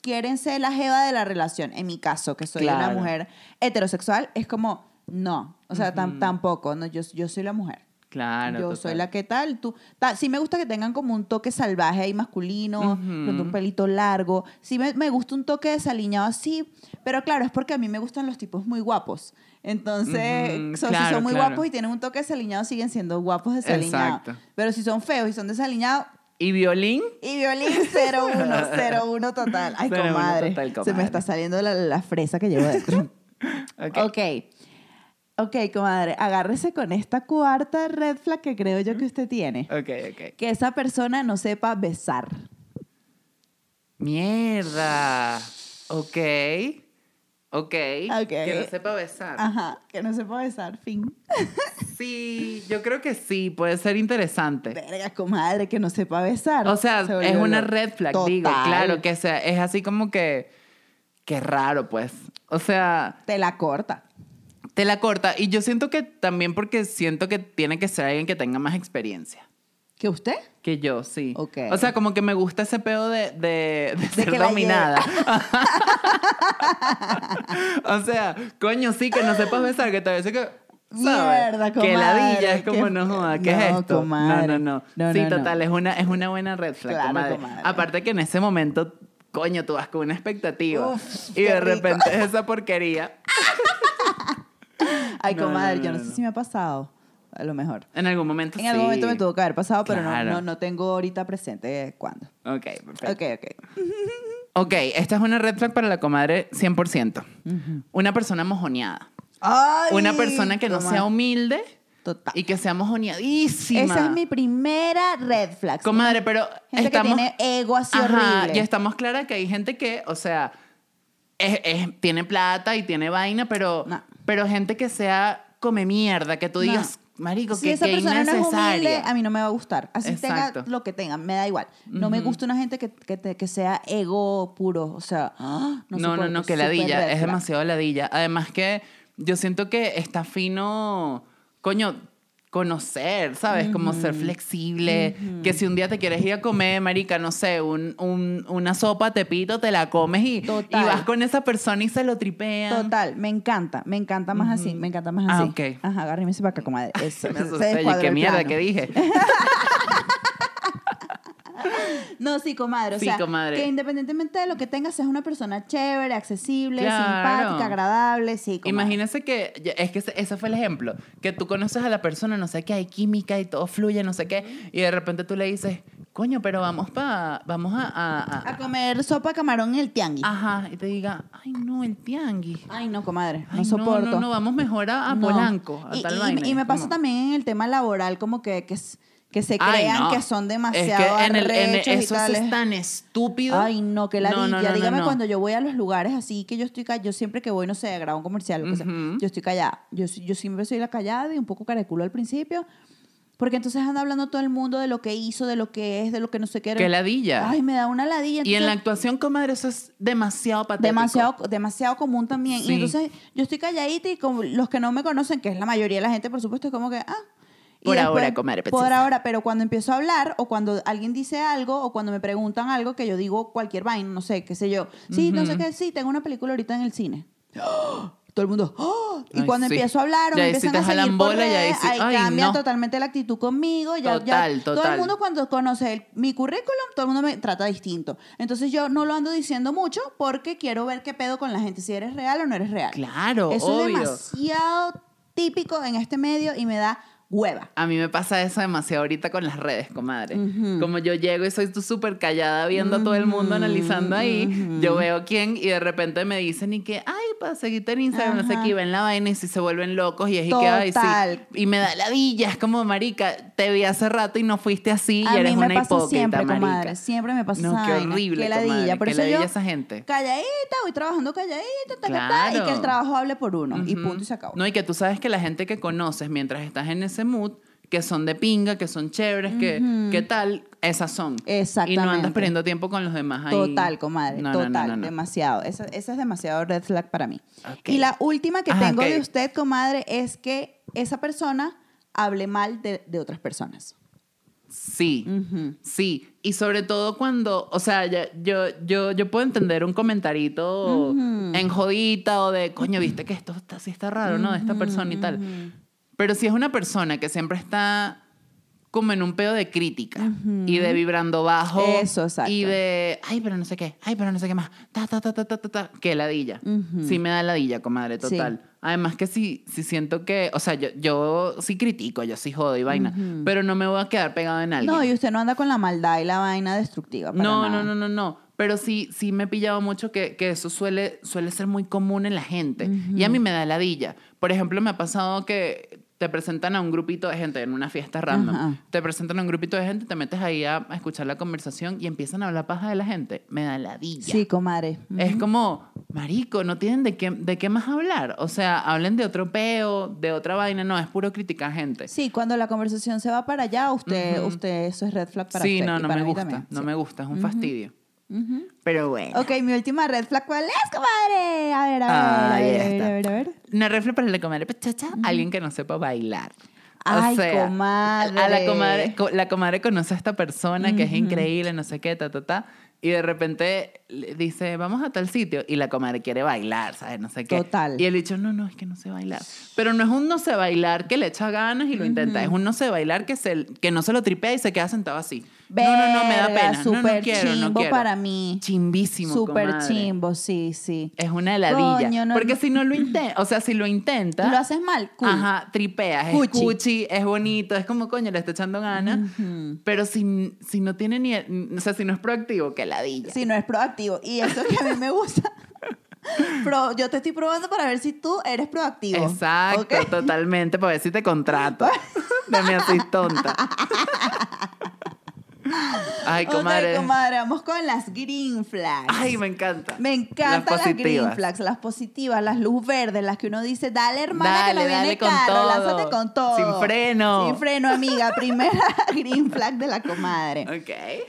S2: quieren ser la jeva de la relación. En mi caso, que soy
S1: Claro.
S2: una mujer heterosexual, es como no, o sea, tam- tampoco, no yo yo soy la mujer.
S1: Claro.
S2: Yo soy la
S1: Ah, total.
S2: que tal, tú. ta- sí me gusta que tengan como un toque salvaje ahí masculino,
S1: Ujú.
S2: pronto un pelito largo. Sí me, me gusta un toque desaliñado así, pero claro, es porque a mí me gustan los tipos muy guapos. Entonces,
S1: Ujú,
S2: so- si
S1: claro,
S2: son muy
S1: claro.
S2: guapos y tienen un toque desaliñado, siguen siendo guapos desaliñados.
S1: Exacto.
S2: Pero si son feos y son desaliñados,
S1: ¿Y violín?
S2: y violín 0101 total.
S1: <laughs>
S2: Ay,
S1: 01
S2: comadre,
S1: total,
S2: Se me
S1: comadre.
S2: está saliendo la, la fresa que llevo dentro.
S1: Ok.
S2: ok. Ok, comadre, agárrese con esta cuarta red flag que creo yo que usted tiene.
S1: Ok, ok.
S2: Que esa persona no sepa besar.
S1: Mierda. Ok. Ok. Que no sepa besar.
S2: Ajá, que no sepa besar, fin.
S1: Sí, yo creo que sí, puede ser interesante.
S2: Verga, comadre, que no sepa besar.
S1: O sea,
S2: Se volvió
S1: es una
S2: loca.
S1: red flag,
S2: Total.
S1: digo, claro, que sea, es así como que, Qué raro, pues. O sea,
S2: Te la corta.
S1: te la corta. Y yo siento que también porque siento que tiene que ser alguien que tenga más experiencia.
S2: ¿Que usted?
S1: Que yo, sí.
S2: Ok.
S1: O sea, como que me gusta ese pedo de, de, de ser
S2: que la
S1: dominada. <laughs> o sea, coño, sí, que no sepas besar, que te veces que. ¿sabes?
S2: Mierda,
S1: Que
S2: comadre,
S1: ladilla es como
S2: qué-
S1: no joda, ¿qué es
S2: no,
S1: esto?
S2: comadre.
S1: No, no, no.
S2: No,
S1: sí,
S2: no, no.
S1: total, Es, una, es una buena red flag,
S2: Claro,
S1: comadre.
S2: comadre.
S1: Aparte que en ese momento, coño, tú vas con una expectativa.
S2: Uf,
S1: y
S2: qué
S1: de
S2: rico.
S1: repente es esa porquería.
S2: <laughs> Ay,
S1: No,
S2: comadre,
S1: no,
S2: yo
S1: no,
S2: no,
S1: no,
S2: sé
S1: no.
S2: si me ha pasado. A lo mejor.
S1: En algún momento
S2: En algún
S1: sí.
S2: momento me tuvo que haber pasado, pero no-
S1: Claro.
S2: no, no, tengo ahorita presente cuándo.
S1: Ok, perfecto.
S2: Ok, ok.
S1: Ok, esta es una red flag para la comadre 100%. Una persona mojoneada.
S2: Ay,
S1: Una persona que no
S2: comadre.
S1: sea humilde
S2: Total.
S1: y que sea mojoneadísima.
S2: Esa es mi primera red flag.
S1: Comadre, pero
S2: Gente
S1: estamos...
S2: que tiene ego así
S1: Ajá,
S2: horrible.
S1: y estamos claras que hay gente que, o sea, es- es- tiene plata y tiene vaina, pero,
S2: No.
S1: pero gente que sea come mierda, que tú
S2: No.
S1: digas, marico,
S2: si
S1: que,
S2: esa
S1: que
S2: persona no es humilde,
S1: innecesaria.
S2: a mí no me va a gustar. Así
S1: Exacto.
S2: tenga lo que tenga, me da igual. No me gusta una gente que, que, te- que sea ego puro. O sea, ¡ah!
S1: No, no, no,
S2: soporto,
S1: que
S2: súper
S1: ladilla,
S2: red
S1: es
S2: flag.
S1: demasiado ladilla. Además que yo siento que está fino, coño, conocer, ¿sabes? Como ser flexible, que si un día te quieres ir a comer, marica, no sé, un, un- una sopa, te pito, te la comes y, y
S2: Total.
S1: vas con esa persona y se lo tripean.
S2: Total, me encanta, me encanta más así, me encanta más
S1: Ah,
S2: así.
S1: ok.
S2: Ajá, agárreme ese para acá,
S1: <laughs>
S2: comadre. Eso.
S1: Me
S2: se
S1: asusté,
S2: descuadró
S1: oye, qué
S2: el
S1: mierda
S2: plano.
S1: que
S2: <laughs>
S1: dije.
S2: No, sí, comadre. O
S1: Sí,
S2: sea,
S1: comadre.
S2: que independientemente de lo que tengas, seas una persona chévere, accesible,
S1: Claro.
S2: simpática, agradable. Sí, comadre.
S1: Imagínese que, ya- es que ese, ese fue el ejemplo, que tú conoces a la persona, no sé qué, hay química y todo fluye, no sé qué, y de repente tú le dices, coño, pero vamos pa, vamos a- a- a-
S2: A comer sopa camarón en el tianguis.
S1: Ajá, y te diga, ay, no, el tianguis.
S2: Ay, no, comadre,
S1: Ay,
S2: no soporto.
S1: No, no, vamos mejor a, a
S2: No.
S1: Polanco, a
S2: y,
S1: tal
S2: y-
S1: vaina.
S2: y me
S1: Es
S2: pasa
S1: como,
S2: también en el tema laboral, como que, que, s- que se
S1: "Ay,
S2: crean
S1: no,
S2: que son
S1: es
S2: demasiado
S1: que en el- en el-
S2: arrechos y
S1: Eso sí
S2: tales.
S1: es tan estúpido.
S2: Ay, no, que la
S1: No, no, no,
S2: Dígame
S1: no.
S2: cuando yo voy a los lugares así que yo estoy callada. Yo siempre que voy, no sé, a grabar un comercial, lo que sea,
S1: Ujú.
S2: yo estoy callada. Yo, soy- yo siempre soy la callada y un poco careculo al principio. Porque entonces anda hablando todo el mundo de lo que hizo, de lo que es, de lo que no sé qué.
S1: Qué ladilla.
S2: Ay, me da una ladilla.
S1: y en la
S2: entonces-
S1: actuación, comadre, eso es demasiado patético.
S2: demasiado, demasiado común también.
S1: Sí.
S2: Y entonces yo estoy calladita y como los que no me conocen, que es la mayoría de la gente, por supuesto, es como que, ah. Y
S1: Por ahora, comadre,
S2: Por
S1: precisa.
S2: ahora, pero cuando empiezo a hablar o cuando alguien dice algo o cuando me preguntan algo que yo digo cualquier vaina, no sé, qué sé yo. Sí, no sé qué, sí, tengo una película ahorita en el cine. ¡Ah! Todo el mundo. ¡ah! Y
S1: Ay,
S2: cuando
S1: sí.
S2: empiezo a hablar o me
S1: Ya ahí sí
S2: empiezan
S1: te
S2: a
S1: jalan
S2: seguir por
S1: bola, ya ahí
S2: redes,
S1: sí,
S2: ahí
S1: ay,
S2: cambia
S1: no.
S2: totalmente la actitud conmigo. Ya, ya
S1: Total,
S2: Todo
S1: total.
S2: el mundo cuando conoce el- mi currículum, todo el mundo me trata distinto. Entonces yo no lo ando diciendo mucho porque quiero ver qué pedo con la gente, si eres real o no eres real.
S1: Claro,
S2: Eso
S1: obvio.
S2: es demasiado típico en este medio y me da hueva.
S1: A mí me pasa eso demasiado ahorita con las redes, comadre. Como yo llego y soy tú súper callada viendo a todo el mundo analizando ahí, yo veo quién y de repente me dicen y que, ay, para seguirte en Instagram, no sé
S2: Ajá.
S1: qué, y ven la vaina y si se vuelven locos y es y que, ay,
S2: Total.
S1: sí. Y me da la villa, es como, marica, te vi hace rato y no fuiste así y
S2: a
S1: eres
S2: mí me
S1: una
S2: pasa
S1: hipócrita,
S2: siempre,
S1: marica.
S2: comadre. Siempre me pasa
S1: No,
S2: esa
S1: qué
S2: vaina,
S1: horrible,
S2: qué
S1: comadre,
S2: ladilla. Por
S1: qué
S2: eso
S1: ladilla
S2: yo,
S1: esa gente.
S2: calladita, voy trabajando calladita, ta, ta, ta, y
S1: Claro.
S2: que el trabajo hable por uno. Y
S1: Ujú.
S2: punto y se acabó.
S1: No, y que tú sabes que la gente que conoces mientras estás en ese mood, que son de pinga, que son chéveres, que, que tal, esas son. Y no andas
S2: Exactamente.
S1: perdiendo tiempo con los demás ahí.
S2: Total, comadre,
S1: No, no, no,
S2: total,
S1: no, no.
S2: demasiado. Esa, esa es demasiado red flag para mí.
S1: Ok.
S2: Y la última que
S1: Ajá,
S2: tengo
S1: ok.
S2: de usted, comadre, es que esa persona hable mal de, de otras personas.
S1: Sí, sí. Y sobre todo cuando, o sea, ya- yo, yo, yo puedo entender un comentarito en jodita o de, coño, viste que esto está, sí está raro, ¿no? De esta persona y tal. Pero si es una persona que siempre está como en un pedo de crítica y de vibrando bajo
S2: Eso, exacto.
S1: y de ay pero no sé qué ay pero no sé qué más ta ta ta ta ta ta, ta que ladilla sí me da ladilla comadre
S2: Sí.
S1: total Además que sí, sí siento que, o sea, yo, yo sí critico, yo sí jodo y vaina, pero no me voy a quedar pegado en alguien.
S2: No, y usted no anda con la maldad y la vaina destructiva. para
S1: no,
S2: nada.
S1: no, no, no, no. Pero sí, sí me he pillado mucho que, que eso suele, suele ser muy común en la gente. Y a mí me da ladilla. Por ejemplo, me ha pasado que te presentan a un grupito de gente en una fiesta random.
S2: Ajá.
S1: Te presentan a un grupito de gente, te metes ahí a, a escuchar la conversación y empiezan a hablar paja de la gente. Me da ladilla.
S2: Sí, comadre. Mm.
S1: Es como, marico, no tienen de qué, de qué más hablar. O sea, hablen de otro peo, de otra vaina. No, es puro criticar gente. Sí,
S2: Sí, cuando la conversación se va para allá, usted, usted eso es red flag para usted.
S1: no,
S2: y
S1: no
S2: para
S1: me
S2: mí
S1: gusta.
S2: también,
S1: No
S2: sí.
S1: me gusta, es un fastidio.
S2: Ujú.
S1: Pero bueno.
S2: Ok, mi última red flag, ¿cuál es, comadre? A ver, a ver, a
S1: Ah, Ahí
S2: ver, a ver,
S1: está.
S2: a ver, a ver.
S1: Una refle para la comadre pechacha, alguien que no sepa bailar.
S2: Ay,
S1: o sea,
S2: comadre.
S1: A la comadre, co- la comadre conoce a esta persona que es increíble, no sé qué, ta, ta, ta. Y de repente le dice, vamos a tal sitio. Y la comadre quiere bailar, ¿sabes? No sé qué.
S2: Total.
S1: Y él dicho, no, no, es que no sé bailar. Pero no es un no sé bailar que le echa ganas y lo intenta. Es un no sé bailar que, se, que no se lo tripea y se queda sentado así. no, no, no, me da
S2: Verga,
S1: pena. no, no
S2: súper
S1: quiero, no
S2: chimbo
S1: quiero.
S2: para mí.
S1: Chimbísimo,
S2: Súper
S1: comadre.
S2: chimbo, sí, sí.
S1: Es una heladilla.
S2: Coño, no,
S1: Porque
S2: no.
S1: si no lo intenta, o sea, si lo intenta.
S2: Lo haces mal, cool.
S1: Ajá, tripeas, es
S2: Cuchi.
S1: cuchi, es bonito, es como coño, le está echando ganas. Pero si, si no tiene ni. O sea, si no es proactivo, que ladilla.
S2: Si no es proactivo. Y eso que a mí me gusta. <laughs> Pro- yo te estoy probando para ver si tú eres proactivo.
S1: Exacto,
S2: ¿Ok?
S1: totalmente. Para ver si
S2: <laughs>
S1: te contrato. No me así tonta. Ay,
S2: Ok,
S1: comadre.
S2: comadre, Vamos con las green flags.
S1: Ay, me encanta.
S2: me encantan las, green
S1: positivas.
S2: flags, las positivas, las luz verdes, las que uno dice, dale hermana
S1: Dale,
S2: que no viene
S1: dale con
S2: carro,
S1: todo.
S2: lánzate con todo.
S1: Sin freno.
S2: Sin freno, amiga. Primera <laughs> green flag de la comadre.
S1: Ok.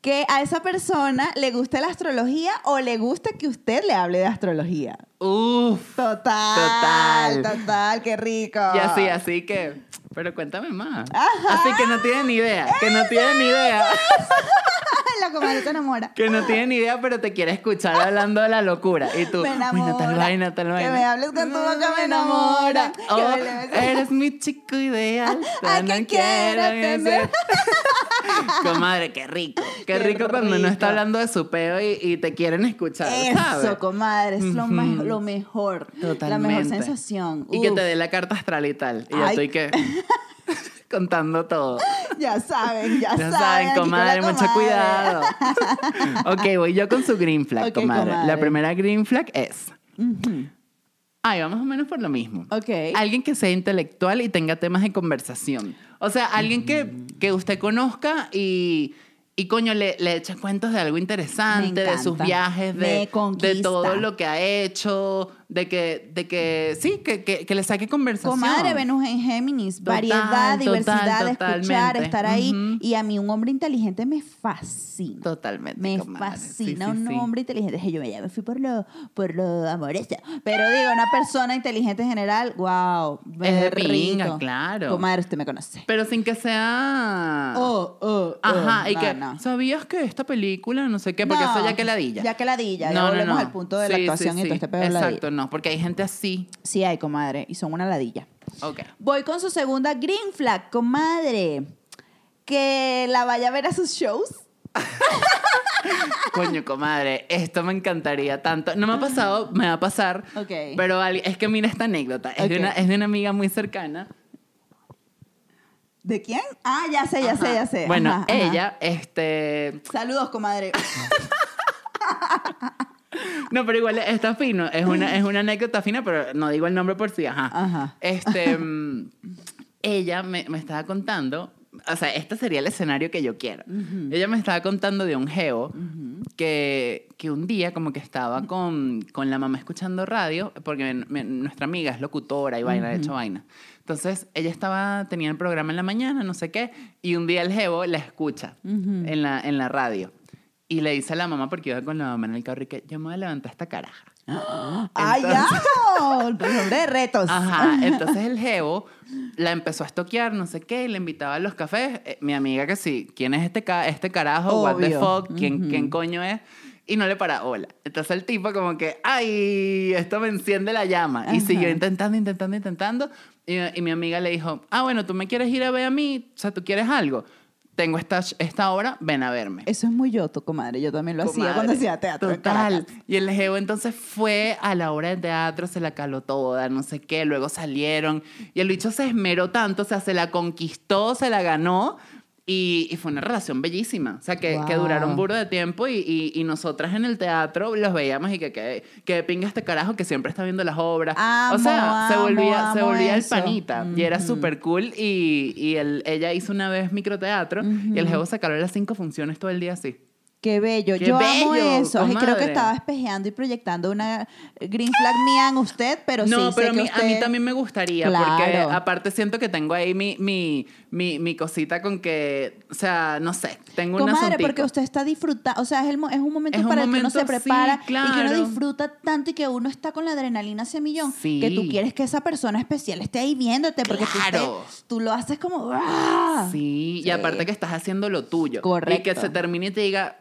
S2: que a esa persona le guste la astrología o le guste que usted le hable de astrología.
S1: Uf.
S2: Total, total,
S1: Total.
S2: qué rico.
S1: Y así,
S2: Ah.
S1: así que. Pero cuéntame más. Así que no tienen ni idea. Que no tienen ni idea.
S2: <laughs> la comadre se enamora.
S1: Que no tiene ni idea, pero te quiere escuchar hablando de la locura. Y tú,
S2: Me
S1: bueno, tal
S2: enamora.
S1: vaina, tal
S2: Que
S1: vaina.
S2: me hables con tu boca, me enamora. Que
S1: Oh,
S2: me le beses.
S1: eres mi chico ideal.
S2: <laughs> Ay,
S1: tan
S2: que
S1: no
S2: quiero
S1: quiero
S2: tener. <laughs>
S1: ser. Comadre, qué rico. Qué,
S2: Qué
S1: rico, cuando no
S2: rico.
S1: está hablando de su peo y, y te quieren escuchar, ¿sabes?
S2: Eso, comadre, es lo, más,
S1: Ujú.
S2: lo mejor. La mejor
S1: Totalmente.
S2: sensación.
S1: Y que
S2: Uf,
S1: te dé la carta astral y tal. Y ya
S2: Ay. <laughs>
S1: estoy que... <laughs> contando todo.
S2: Ya saben, ya,
S1: Ya
S2: saben,
S1: saben,
S2: aquí con la
S1: comadre, mucho
S2: comadre.
S1: cuidado.
S2: <laughs>
S1: ok, voy yo con su green flag,
S2: Ok,
S1: comadre.
S2: comadre.
S1: La primera green flag es.
S2: Ujú.
S1: Ay, vamos más o menos por lo mismo.
S2: Ok.
S1: Alguien que sea intelectual y tenga temas de conversación. O sea, alguien que, que usted conozca y, y coño, le, le echa cuentos de algo interesante, de sus
S2: encanta.
S1: viajes,
S2: Me
S1: de,
S2: conquista.
S1: de todo lo que ha hecho, de que, de que sí, que, que, que le saque conversación.
S2: Comadre, Venus en Géminis,
S1: Total,
S2: variedad,
S1: total,
S2: diversidad, escuchar,
S1: totalmente.
S2: estar ahí.
S1: Ujú.
S2: Y a mí un hombre inteligente me fascina.
S1: Totalmente.
S2: Me
S1: comadre. Sí,
S2: fascina
S1: sí,
S2: un
S1: sí.
S2: hombre inteligente. Yo me, ya me fui por lo, por lo amoroso. Pero digo, una persona inteligente en general, wow.
S1: Es de pinga, claro.
S2: Comadre, usted me conoce.
S1: Pero sin que sea.
S2: Oh, oh, oh.
S1: Ajá, y
S2: No,
S1: que.
S2: no.
S1: ¿Sabías que esta película, no sé qué? Porque
S2: No,
S1: eso ya que ladilla.
S2: Ya que ladilla, ya volvemos al punto de la
S1: Sí, sí,
S2: actuación y
S1: sí.
S2: todo este pedo de ladilla.
S1: Exacto, no, porque hay gente así.
S2: Sí hay, comadre, y son una ladilla. <laughs>
S1: Ok.
S2: Voy con su segunda green flag, comadre. Que la vaya a ver a sus shows.
S1: Coño, comadre, esto me encantaría tanto. No me ha pasado, me va a pasar.
S2: Ok.
S1: Pero al- es que mira esta anécdota. Es,
S2: Ok.
S1: de, una, es de una amiga muy cercana.
S2: ¿De quién? Ah, ya sé, ya sé, ya sé.
S1: Bueno,
S2: Ajá, ajá.
S1: ella, este.
S2: Saludos, comadre.
S1: No, pero igual está fino. Es una, es una anécdota fina, pero no digo el nombre por sí. Ajá.
S2: Ajá. <laughs>
S1: Este, mm, ella me, me estaba contando, o sea, este sería el escenario que yo quiero. Ella me estaba contando de un geo que, que un día como que estaba con, con la mamá escuchando radio, porque me- me- nuestra amiga es locutora y vaina, de hecho vaina. Entonces, ella estaba, tenía el programa en la mañana, no sé qué, y un día el geo la escucha en, la, en la radio. Y le dice a la mamá, porque iba con la mamá en el carro, y que yo me voy a levantar esta caraja.
S2: ¡Ay, ya!
S1: <laughs>
S2: Nombre de retos. <laughs>
S1: Ajá, entonces el jevo la empezó a estoquear, no sé qué, y le invitaba a los cafés. Eh, mi amiga que sí, ¿quién es este, ca- este carajo? ¿What the
S2: Obvio.
S1: fuck? ¿Quién, ¿Quién coño es? Y no le para hola. Entonces el tipo como que, ay, esto me enciende la llama. Y
S2: Ajá.
S1: siguió intentando, intentando, intentando. Y, y mi amiga le dijo, ah, bueno, tú me quieres ir a ver a mí, o sea, tú quieres algo. Tengo esta, esta hora, ven a verme.
S2: Eso es muy yoto, comadre. Yo también lo hacía
S1: Comadre.
S2: cuando hacía teatro. en
S1: Total.
S2: Caracas.
S1: Y el Geo entonces fue a la obra de teatro, se la caló toda, no sé qué, luego salieron. Y el bicho se esmeró tanto, o sea, se la conquistó, se la ganó. Y, y fue una relación bellísima. O sea, que, que
S2: Wow.
S1: duraron burro de tiempo y, y- y nosotras en el teatro los veíamos y que, que, que pinga este carajo que siempre está viendo las obras.
S2: Amo,
S1: o sea, se
S2: amo,
S1: volvía, se
S2: amo
S1: volvía el
S2: eso.
S1: panita. Y era
S2: Ujú.
S1: súper cool. Y, y él- ella hizo una vez microteatro y el Geo se caló las cinco funciones todo el día así.
S2: Qué bello.
S1: Qué
S2: Yo amo
S1: bello,
S2: eso. Ay, creo que
S1: comadre.
S2: estaba espejeando y proyectando una green flag mía en usted, pero sí
S1: no,
S2: sé
S1: pero a
S2: que
S1: mí, a mí
S2: usted-
S1: también me gustaría, porque
S2: Claro.
S1: aparte siento que tengo ahí mi, mi, mi, mi cosita con que, o sea, no sé, tengo una
S2: Comadre, porque usted está disfrutando, o sea, es, el mo- es un momento
S1: Es un
S2: para el que uno
S1: momento,
S2: se
S1: sí,
S2: prepara y que uno
S1: claro.
S2: disfruta tanto y que uno está con la adrenalina hacia millón,
S1: Sí.
S2: que tú quieres que esa persona especial esté ahí viéndote, porque tú,
S1: Claro.
S2: te- tú lo haces como... ¡ah!
S1: Sí, y aparte que estás haciendo lo tuyo. Y que
S2: Correcto.
S1: se termine y te diga,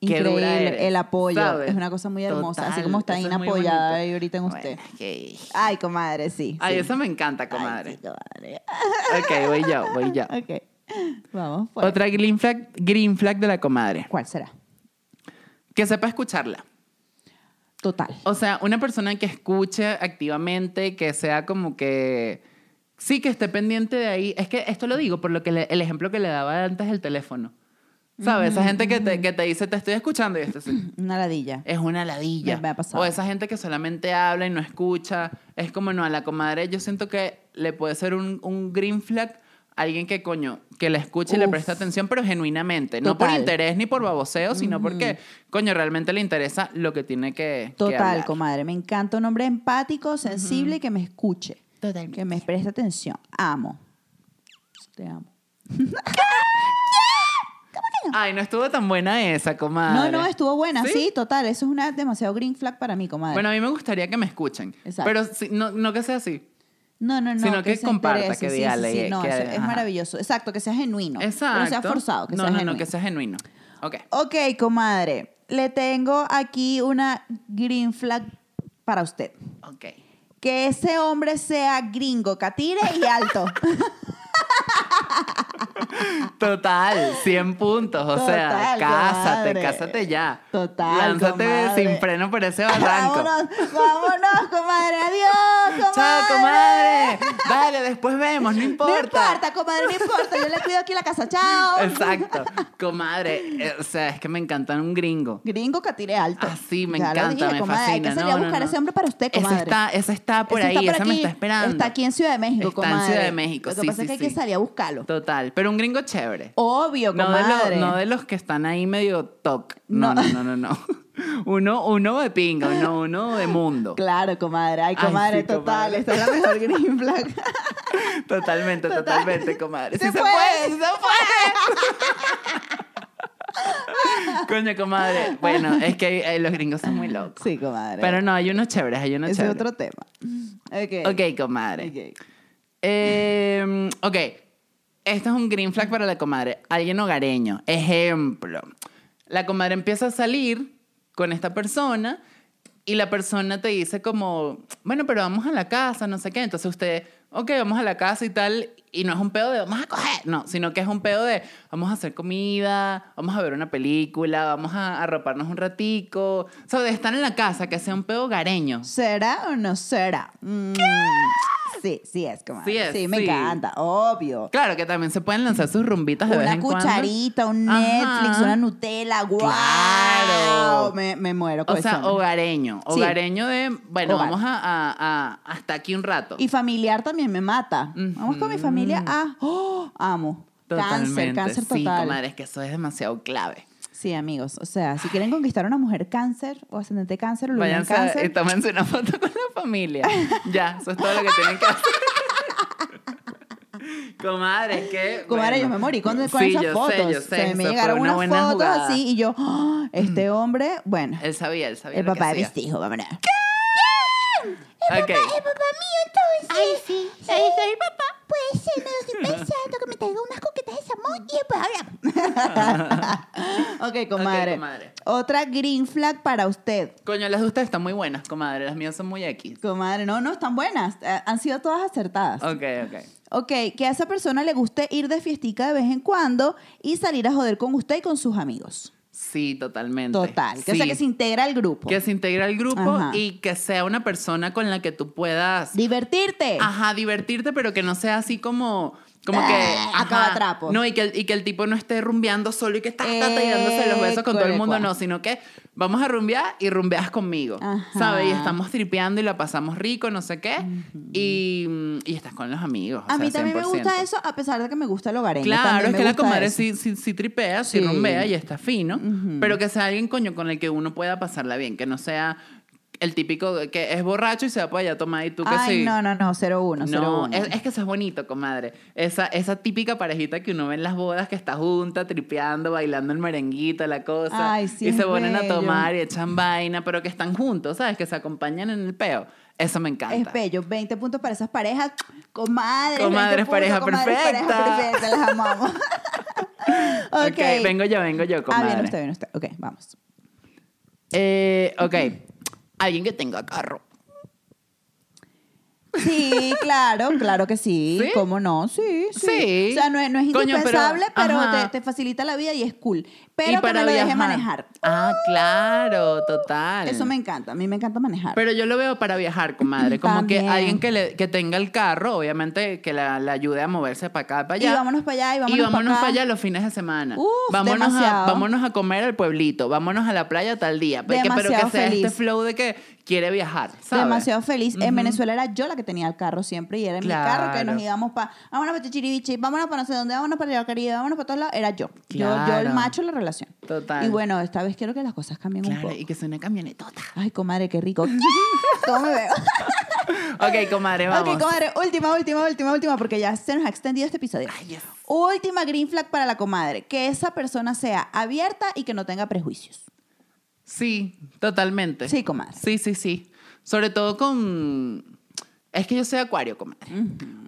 S1: qué
S2: Increíble,
S1: dura eres,
S2: el apoyo,
S1: ¿sabes?
S2: es una cosa muy hermosa, así
S1: Total,
S2: como está
S1: eso es
S2: Ina
S1: muy
S2: apoyada
S1: bonito.
S2: ahí ahorita en
S1: Bueno,
S2: usted.
S1: ok.
S2: Ay, comadre, sí.
S1: Ay,
S2: sí.
S1: eso me encanta,
S2: Ay,
S1: comadre.
S2: sí, comadre.
S1: Ok, voy yo,
S2: <laughs>
S1: voy yo.
S2: Ok, vamos. pues.
S1: Otra green flag, green flag de la comadre.
S2: ¿Cuál será?
S1: Que sepa escucharla.
S2: Total.
S1: O sea, una persona que escuche activamente, que sea como que... Sí, que esté pendiente de ahí. Es que esto lo digo por lo que le- el ejemplo que le daba antes del teléfono. ¿Sabes? Esa gente que te, que te dice, te estoy escuchando y esto sí.
S2: Una ladilla.
S1: Es una ladilla.
S2: Me- me ha pasado.
S1: O esa gente que solamente habla y no escucha. Es como, no, a la comadre yo siento que le puede ser un, un green flag a alguien que, coño, que la escuche y le
S2: Uf.
S1: presta atención, pero genuinamente. No por
S2: Total.
S1: interés ni por baboseo, sino porque, coño, realmente le interesa lo que tiene que, que
S2: Total,
S1: hablar.
S2: comadre. Me encanta un hombre empático, sensible y que me escuche. Totalmente. Que me preste atención. Amo. Te amo.
S1: Ay, no estuvo tan buena esa, comadre.
S2: No, no, estuvo buena.
S1: ¿Sí?
S2: ¿Sí? total. Eso es una demasiado green flag para mí, comadre.
S1: Bueno, a mí me gustaría que me escuchen.
S2: Exacto.
S1: Pero si- no, no que sea así.
S2: no, no, no.
S1: sino que
S2: se
S1: comparta,
S2: interese.
S1: que
S2: Sí,
S1: diga,
S2: sí, sí,
S1: le-
S2: No,
S1: que-
S2: eso es
S1: ajá.
S2: maravilloso. Exacto, que sea genuino.
S1: Exacto.
S2: Que no sea forzado, que
S1: no,
S2: sea
S1: no,
S2: genuino.
S1: no, que sea genuino. Ok.
S2: Ok, comadre. Le tengo aquí una green flag para usted.
S1: Ok.
S2: Que ese hombre sea gringo, catire y
S1: <laughs>
S2: alto.
S1: Total, 100 puntos. O sea,
S2: Total,
S1: cásate,
S2: comadre.
S1: cásate ya.
S2: Total,
S1: Lánzate
S2: comadre.
S1: sin freno por ese barranco.
S2: Vámonos, vámonos, comadre. Adiós, comadre.
S1: Chao, comadre. Dale, después vemos, no
S2: No
S1: importa.
S2: importa, comadre, no importa. Yo le cuido aquí la casa. Chao.
S1: Exacto. Comadre, eh, o sea, es que me encantan un gringo.
S2: Gringo catire alto.
S1: Así, Ah, me
S2: Ya lo
S1: encanta,
S2: dije,
S1: me
S2: comadre. Hay que
S1: fascina.
S2: salir a
S1: No, no,
S2: buscar
S1: no.
S2: ese hombre para usted,
S1: Esa
S2: comadre.
S1: está, esa está por
S2: Ese
S1: ahí,
S2: está
S1: esa me
S2: aquí.
S1: está esperando.
S2: Está aquí en Ciudad de México,
S1: Está en
S2: comadre.
S1: Ciudad de México,
S2: Lo que
S1: sí,
S2: pasa
S1: sí,
S2: es que hay
S1: sí.
S2: que salir a buscarlo.
S1: Total, pero un gringo chévere.
S2: Obvio,
S1: No de, los,
S2: comadre.
S1: no de los que están ahí medio toc. No, no,
S2: No.
S1: no, no, no. <laughs> Uno, uno de pinga, uno, uno de mundo.
S2: Claro, comadre. Ay,
S1: Ay,
S2: comadre,
S1: sí,
S2: total.
S1: comadre.
S2: Esta es la mejor <laughs> green flag.
S1: Totalmente,
S2: Total.
S1: totalmente, comadre.
S2: Se
S1: sí
S2: puede.
S1: se puede, sí se puede. Coño, comadre. Bueno, es que eh, los gringos son muy locos.
S2: Sí, comadre.
S1: Pero no, hay unos chéveres, hay unos
S2: Ese es
S1: chéveres.
S2: otro tema. Ok.
S1: Ok, comadre.
S2: Ok.
S1: Eh, ok. Este es un green flag para la comadre. Alguien hogareño. Ejemplo. La comadre empieza a salir con esta persona y la persona te dice como, bueno, pero vamos a la casa, no sé qué. Entonces usted, ok, vamos a la casa y tal. Y no es un pedo de vamos a coger, no, sino que es un pedo de vamos a hacer comida, vamos a ver una película, vamos a arroparnos un ratico. O sea, de estar en la casa, que sea un pedo hogareño.
S2: ¿Será o no será? Mm, Sí, sí es, comadre.
S1: Sí
S2: Sí,
S1: es,
S2: me
S1: sí.
S2: encanta, obvio.
S1: Claro que también se pueden lanzar sus rumbitas de vez
S2: Una
S1: en cuando.
S2: cucharita, un
S1: Ajá.
S2: Netflix, una Nutella, wow.
S1: Claro.
S2: Me, me muero con
S1: O
S2: ese
S1: sea,
S2: hombre.
S1: hogareño.
S2: Sí.
S1: Hogareño de, bueno,
S2: Hogar.
S1: vamos a, a- a- hasta aquí un rato.
S2: Y familiar también me mata. Vamos con mi familia a. ¡Oh! Amo. Cáncer, cáncer
S1: Sí,
S2: total.
S1: comadre, es que eso es demasiado clave.
S2: Sí, amigos. O sea, si quieren conquistar a una mujer cáncer o ascendente cáncer o luna en
S1: Váyanse
S2: cáncer.
S1: a- y tómense una foto con
S2: <laughs>
S1: la familia. ya, eso es todo lo que tienen que hacer. <laughs> comadre, es que...
S2: Comadre,
S1: bueno.
S2: yo me morí con, con
S1: Sí,
S2: esas
S1: yo sé,
S2: fotos.
S1: yo sé,
S2: Se me
S1: eso
S2: llegaron
S1: fue
S2: unas
S1: una buena
S2: fotos
S1: jugada. Mm.
S2: así y yo, ¡ah! este hombre, bueno,
S1: Él sabía, él sabía
S2: el
S1: lo que
S2: papá de
S1: hacía.
S2: mis hijos, vámonos.
S1: Ok.
S3: Ay, sí.
S2: eh,
S3: Ay, soy papá. Pues sí, me lo estoy pensando que me traiga unas coquetas de Samón y después hablamos.
S1: <laughs>
S2: ok, comadre.
S1: comadre.
S2: Otra green flag para usted.
S1: Coño, las de ustedes están muy buenas, comadre. Las mías son muy X.
S2: Comadre, no, no, están buenas. Eh, Han sido todas acertadas.
S1: Ok, ok.
S2: Ok, que a esa persona le guste ir de fiestica de vez en cuando y salir a joder con usted y con sus amigos.
S1: Sí, totalmente.
S2: Total. Que, O sea,
S1: Sí.
S2: que se integra al grupo.
S1: Que se integre al grupo
S2: Ajá.
S1: y que sea una persona con la que tú puedas,
S2: Divertirte.
S1: ajá, divertirte, pero que no sea así como, Como que.
S2: Ah, acaba
S1: ajá.
S2: trapo.
S1: No, y que, el, y que el tipo no esté rumbeando solo y que está, está, está, y dándose los besos con todo el mundo,
S2: École,
S1: no, sino que vamos a rumbear y rumbeas conmigo.
S2: Ajá.
S1: ¿Sabes? Y estamos tripeando y la pasamos rico, no sé qué. y, y estás con los amigos. o
S2: A mí
S1: sea,
S2: también me
S1: 100%.
S2: gusta eso, a pesar de que me gusta el hogareño.
S1: Claro,
S2: también
S1: es
S2: me
S1: que la
S2: gusta
S1: comadre
S2: eso.
S1: sí, sí, sí tripea, sí,
S2: Sí.
S1: rumbea y está fino.
S2: Ujú.
S1: Pero que sea alguien, coño, con el que uno pueda pasarla bien. Que no sea el típico de que es borracho y se va para allá a tomar y tú que
S2: Ay,
S1: sí.
S2: no, no, no, 01,
S1: No,
S2: 01.
S1: es, es que eso es bonito, comadre. Esa, esa típica parejita que uno ve en las bodas que está junta, tripeando, bailando el merenguito, la cosa.
S2: Ay, sí,
S1: y
S2: es
S1: se ponen a
S2: bello.
S1: tomar y echan vaina, pero que están juntos, ¿sabes? Que se acompañan en el peo. Eso me encanta.
S2: Es bello, 20 puntos para esas parejas. Comadres. 20
S1: Comadres,
S2: puntos,
S1: pareja
S2: comadres,
S1: perfecta.
S2: Pareja perfecta, las amamos. <laughs> ok.
S1: <laughs> ok, vengo yo, vengo yo,
S2: ah,
S1: comadre.
S2: viene usted, viene usted. Ok, vamos.
S1: Eh, ok, alguien que tenga carro.
S2: Sí, claro, claro que sí.
S1: ¿Sí?
S2: ¿Cómo no? Sí, sí.
S1: Sí.
S2: O sea, no es, no es
S1: Coño, pero-
S2: indispensable, pero,
S1: ajá.
S2: te, te facilita la vida y es cool. Pero que
S1: para
S2: me lo deje
S1: viajar.
S2: manejar.
S1: Ah, claro, total.
S2: Eso me encanta, a mí me encanta manejar.
S1: Pero yo lo veo para viajar, comadre. Como que
S2: También.
S1: alguien que, le- que tenga el carro, obviamente, que la, la ayude a moverse para acá, para
S2: y
S1: allá.
S2: vámonos para allá, y vámonos,
S1: y vámonos
S2: para
S1: para
S2: acá.
S1: allá los fines de semana.
S2: Uf,
S1: vámonos, a,
S2: demasiado.
S1: vámonos a comer al pueblito, vámonos a la playa tal día. Pero que, pero que
S2: Demasiado
S1: sea este
S2: feliz.
S1: flow de que quiere viajar, ¿sabes?
S2: Demasiado feliz.
S1: Ujú.
S2: En Venezuela era yo la que tenía el carro siempre y era en mi carro que
S1: Claro.
S2: nos íbamos para. Vámonos para Chichiribichi, vámonos para no sé dónde, vámonos para el Caribe, vámonos para todos lados. Era yo. Yo, yo
S1: Claro.
S2: el macho, la relación.
S1: Total.
S2: Y bueno, esta vez quiero que las cosas cambien un
S1: Claro,
S2: poco.
S1: y que sea una camionetota.
S2: Ay, comadre, qué rico. <laughs> ¿Cómo me veo?
S1: Ok, comadre, vamos.
S2: Ok, comadre, última, última, última, última, porque ya se nos ha extendido este episodio.
S1: Ay, yes.
S2: Última green flag para la comadre, que esa persona sea abierta y que no tenga prejuicios.
S1: Sí, totalmente.
S2: Sí, comadre.
S1: Sí, sí, sí. Sobre todo con... Es que yo soy acuario, comadre.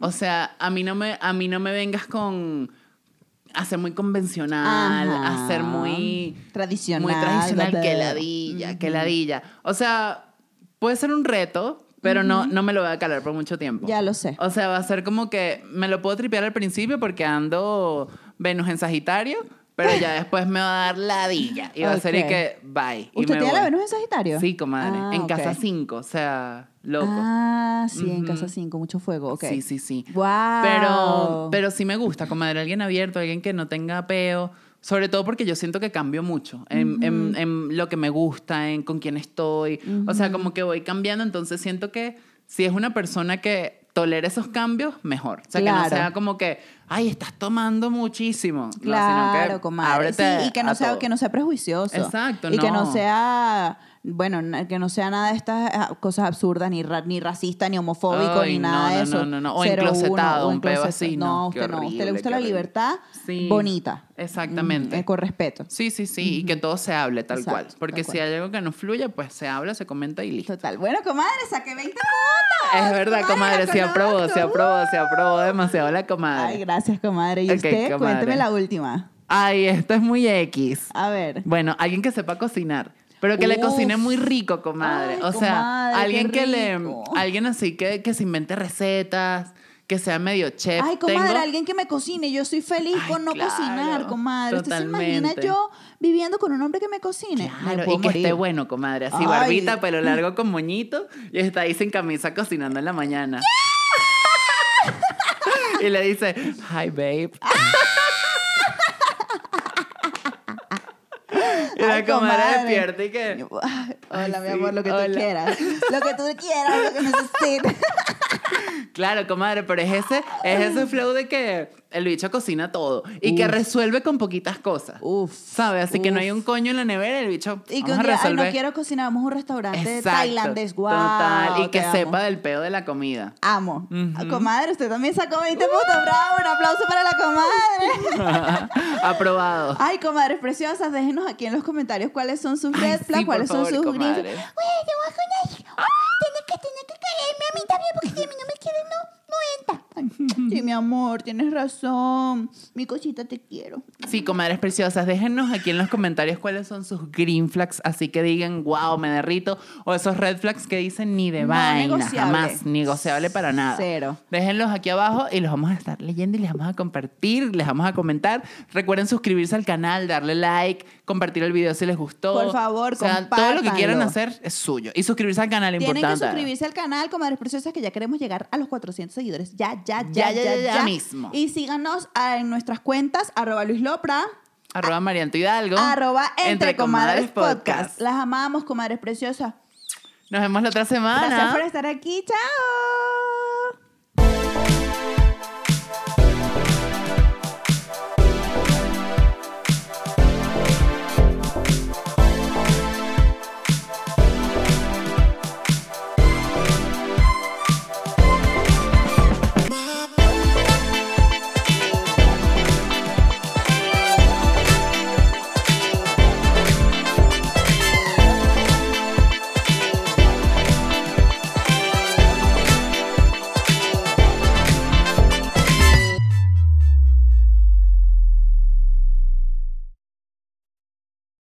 S1: O sea, a mí no me, a mí no me vengas con... A ser muy convencional,
S2: Ajá.
S1: a ser muy...
S2: tradicional.
S1: Muy tradicional,
S2: bebé.
S1: que ladilla, que ladilla. O sea, puede ser un reto, pero no, no me lo voy a calar por mucho tiempo.
S2: Ya lo sé.
S1: O sea, va a ser como que me lo puedo tripear al principio porque ando Venus en Sagitario, pero
S2: <laughs>
S1: ya después me va a dar ladilla. Y va a ser y
S2: Ok.
S1: que bye. y
S2: ¿Usted
S1: me
S2: tiene la
S1: voy.
S2: Venus en Sagitario?
S1: Sí, comadre.
S2: Ah,
S1: en
S2: ok.
S1: casa 5, o sea, loco.
S2: Ah, sí, en casa
S1: Ujú.
S2: 5, mucho fuego, ok.
S1: Sí, sí, sí.
S2: Wow.
S1: Pero, pero sí me gusta, comadre, alguien abierto, alguien que no tenga peo. Sobre todo porque yo siento que cambio mucho en, en- en lo que me gusta, en con quién estoy. O sea, como que voy cambiando, entonces siento que si es una persona que tolera esos cambios, mejor. O sea, que no
S2: Claro.
S1: sea como que, ay, estás tomando muchísimo. No, sino que
S2: Claro, comadre. Sí,
S1: ábrete
S2: y que no,
S1: a
S2: sea,
S1: todo.
S2: que no sea prejuicioso.
S1: Exacto,
S2: Y que
S1: no.
S2: no sea, bueno, n- que no sea nada de estas ah, cosas absurdas, ni, ra- ni racista, ni homofóbico,
S1: Ay,
S2: ni
S1: no,
S2: nada
S1: no,
S2: de eso.
S1: no, no, no. O
S2: Cero, uno,
S1: enclosetado,
S2: o
S1: un pedo
S2: enclosetado.
S1: así, no,
S2: No,
S1: qué
S2: usted no. Usted
S1: horrible,
S2: le gusta
S1: qué
S2: la
S1: horrible.
S2: libertad
S1: Sí,
S2: bonita.
S1: exactamente.
S2: Mm, eh, con respeto.
S1: Sí, sí, sí, y que todo se hable tal
S2: Exacto,
S1: cual. Porque
S2: tal
S1: si
S2: cual.
S1: hay algo que no fluye, pues se habla, se comenta y listo.
S2: Total. Bueno, comadre, saqué 20 puntos.
S1: Es verdad, comadre,
S2: la
S1: se aprobó,
S2: conozco.
S1: se aprobó, se aprobó demasiado la
S2: Ay,
S1: comadre.
S2: gracias, comadre. Y
S1: Ok,
S2: usted,
S1: comadre.
S2: cuénteme la última.
S1: Ay, esto es muy X.
S2: A ver.
S1: Bueno, alguien que sepa cocinar, pero que le
S2: Uf.
S1: cocine muy rico, comadre.
S2: Ay,
S1: o sea,
S2: comadre, qué
S1: alguien que le
S2: rico.
S1: alguien así que, que se invente recetas, que sea medio chef.
S2: Ay, comadre,
S1: Eh, Tengo-
S2: alguien que me cocine. Yo soy feliz
S1: Ay,
S2: con no
S1: claro,
S2: cocinar, comadre. ¿Usted se imagina
S1: totalmente.
S2: yo viviendo con un hombre que me cocine? Me
S1: Claro,
S2: puedo
S1: y que esté
S2: morir.
S1: bueno, comadre. Así,
S2: Ay. <laughs>
S1: barbita, pelo largo con moñito y está ahí sin camisa cocinando en
S2: <laughs>
S1: la mañana. y le dice,
S2: <laughs>
S1: hi, babe. y la
S2: Ay,
S1: comadre
S2: comadre.
S1: despierta y que...
S2: Ay, Hola,
S1: Ay,
S2: mi
S1: sí,
S2: amor, lo que
S1: hola.
S2: tú quieras.
S1: <laughs>
S2: Lo que tú quieras, lo que necesites.
S1: Claro, comadre, pero es ese, es ese flow de que el bicho cocina todo y que
S2: Uf.
S1: resuelve con poquitas cosas.
S2: Uf.
S1: ¿Sabes? Así que no hay
S2: uf.
S1: un coño en la nevera, el bicho.
S2: Y que
S1: vamos
S2: un
S1: a
S2: día, ay, no
S1: resolver.
S2: quiero cocinar, vamos a un restaurante
S1: Exacto,
S2: tailandés. Wow,
S1: Total. Y
S2: te
S1: que
S2: amo.
S1: sepa del peo de la comida.
S2: Amo.
S1: Ujú.
S2: Comadre, usted también sacó 20 puntos. Bravo, un aplauso para la
S1: <laughs>
S2: comadre.
S1: Aprobado.
S2: Ay, comadres preciosas, déjenos aquí en los comentarios cuáles son sus
S1: Ay,
S2: red
S1: sí,
S2: flags,
S1: por
S2: cuáles
S1: favor,
S2: son sus green
S1: comadre.
S2: flags.
S3: Güey, yo voy con él. Tienes que, tienes que quererme a mí también, porque si a mí no me quieren, no, no entra.
S2: Sí, mi amor, tienes razón. Mi cosita te quiero.
S1: Sí, comadres preciosas, déjennos aquí en los comentarios cuáles son sus green flags, así que digan, wow, me derrito, o esos red flags que dicen ni de
S2: No
S1: vaina,
S2: negociable.
S1: jamás, negociable para nada.
S2: Cero.
S1: Déjenlos aquí abajo y los vamos a estar leyendo y les vamos a compartir, les vamos a comentar. Recuerden suscribirse al canal, darle like, compartir el video si les gustó.
S2: Por favor,
S1: o sea, todo lo que
S2: compártanlo.
S1: quieran hacer es suyo y suscribirse al canal
S2: Tienen
S1: importante.
S2: que suscribirse al canal, comadres preciosas, que ya queremos llegar a los 400 seguidores. Ya, ya, ya, ya, ya, ya.
S1: mismo.
S2: Y síganos ah, en nuestras cuentas, arroba Luis Lopra,
S1: Arroba Marianto Hidalgo.
S2: arroba Entre, Comadres Podcast. Las amamos, comadres preciosas.
S1: Nos vemos la otra semana.
S2: Gracias por estar aquí. Chao.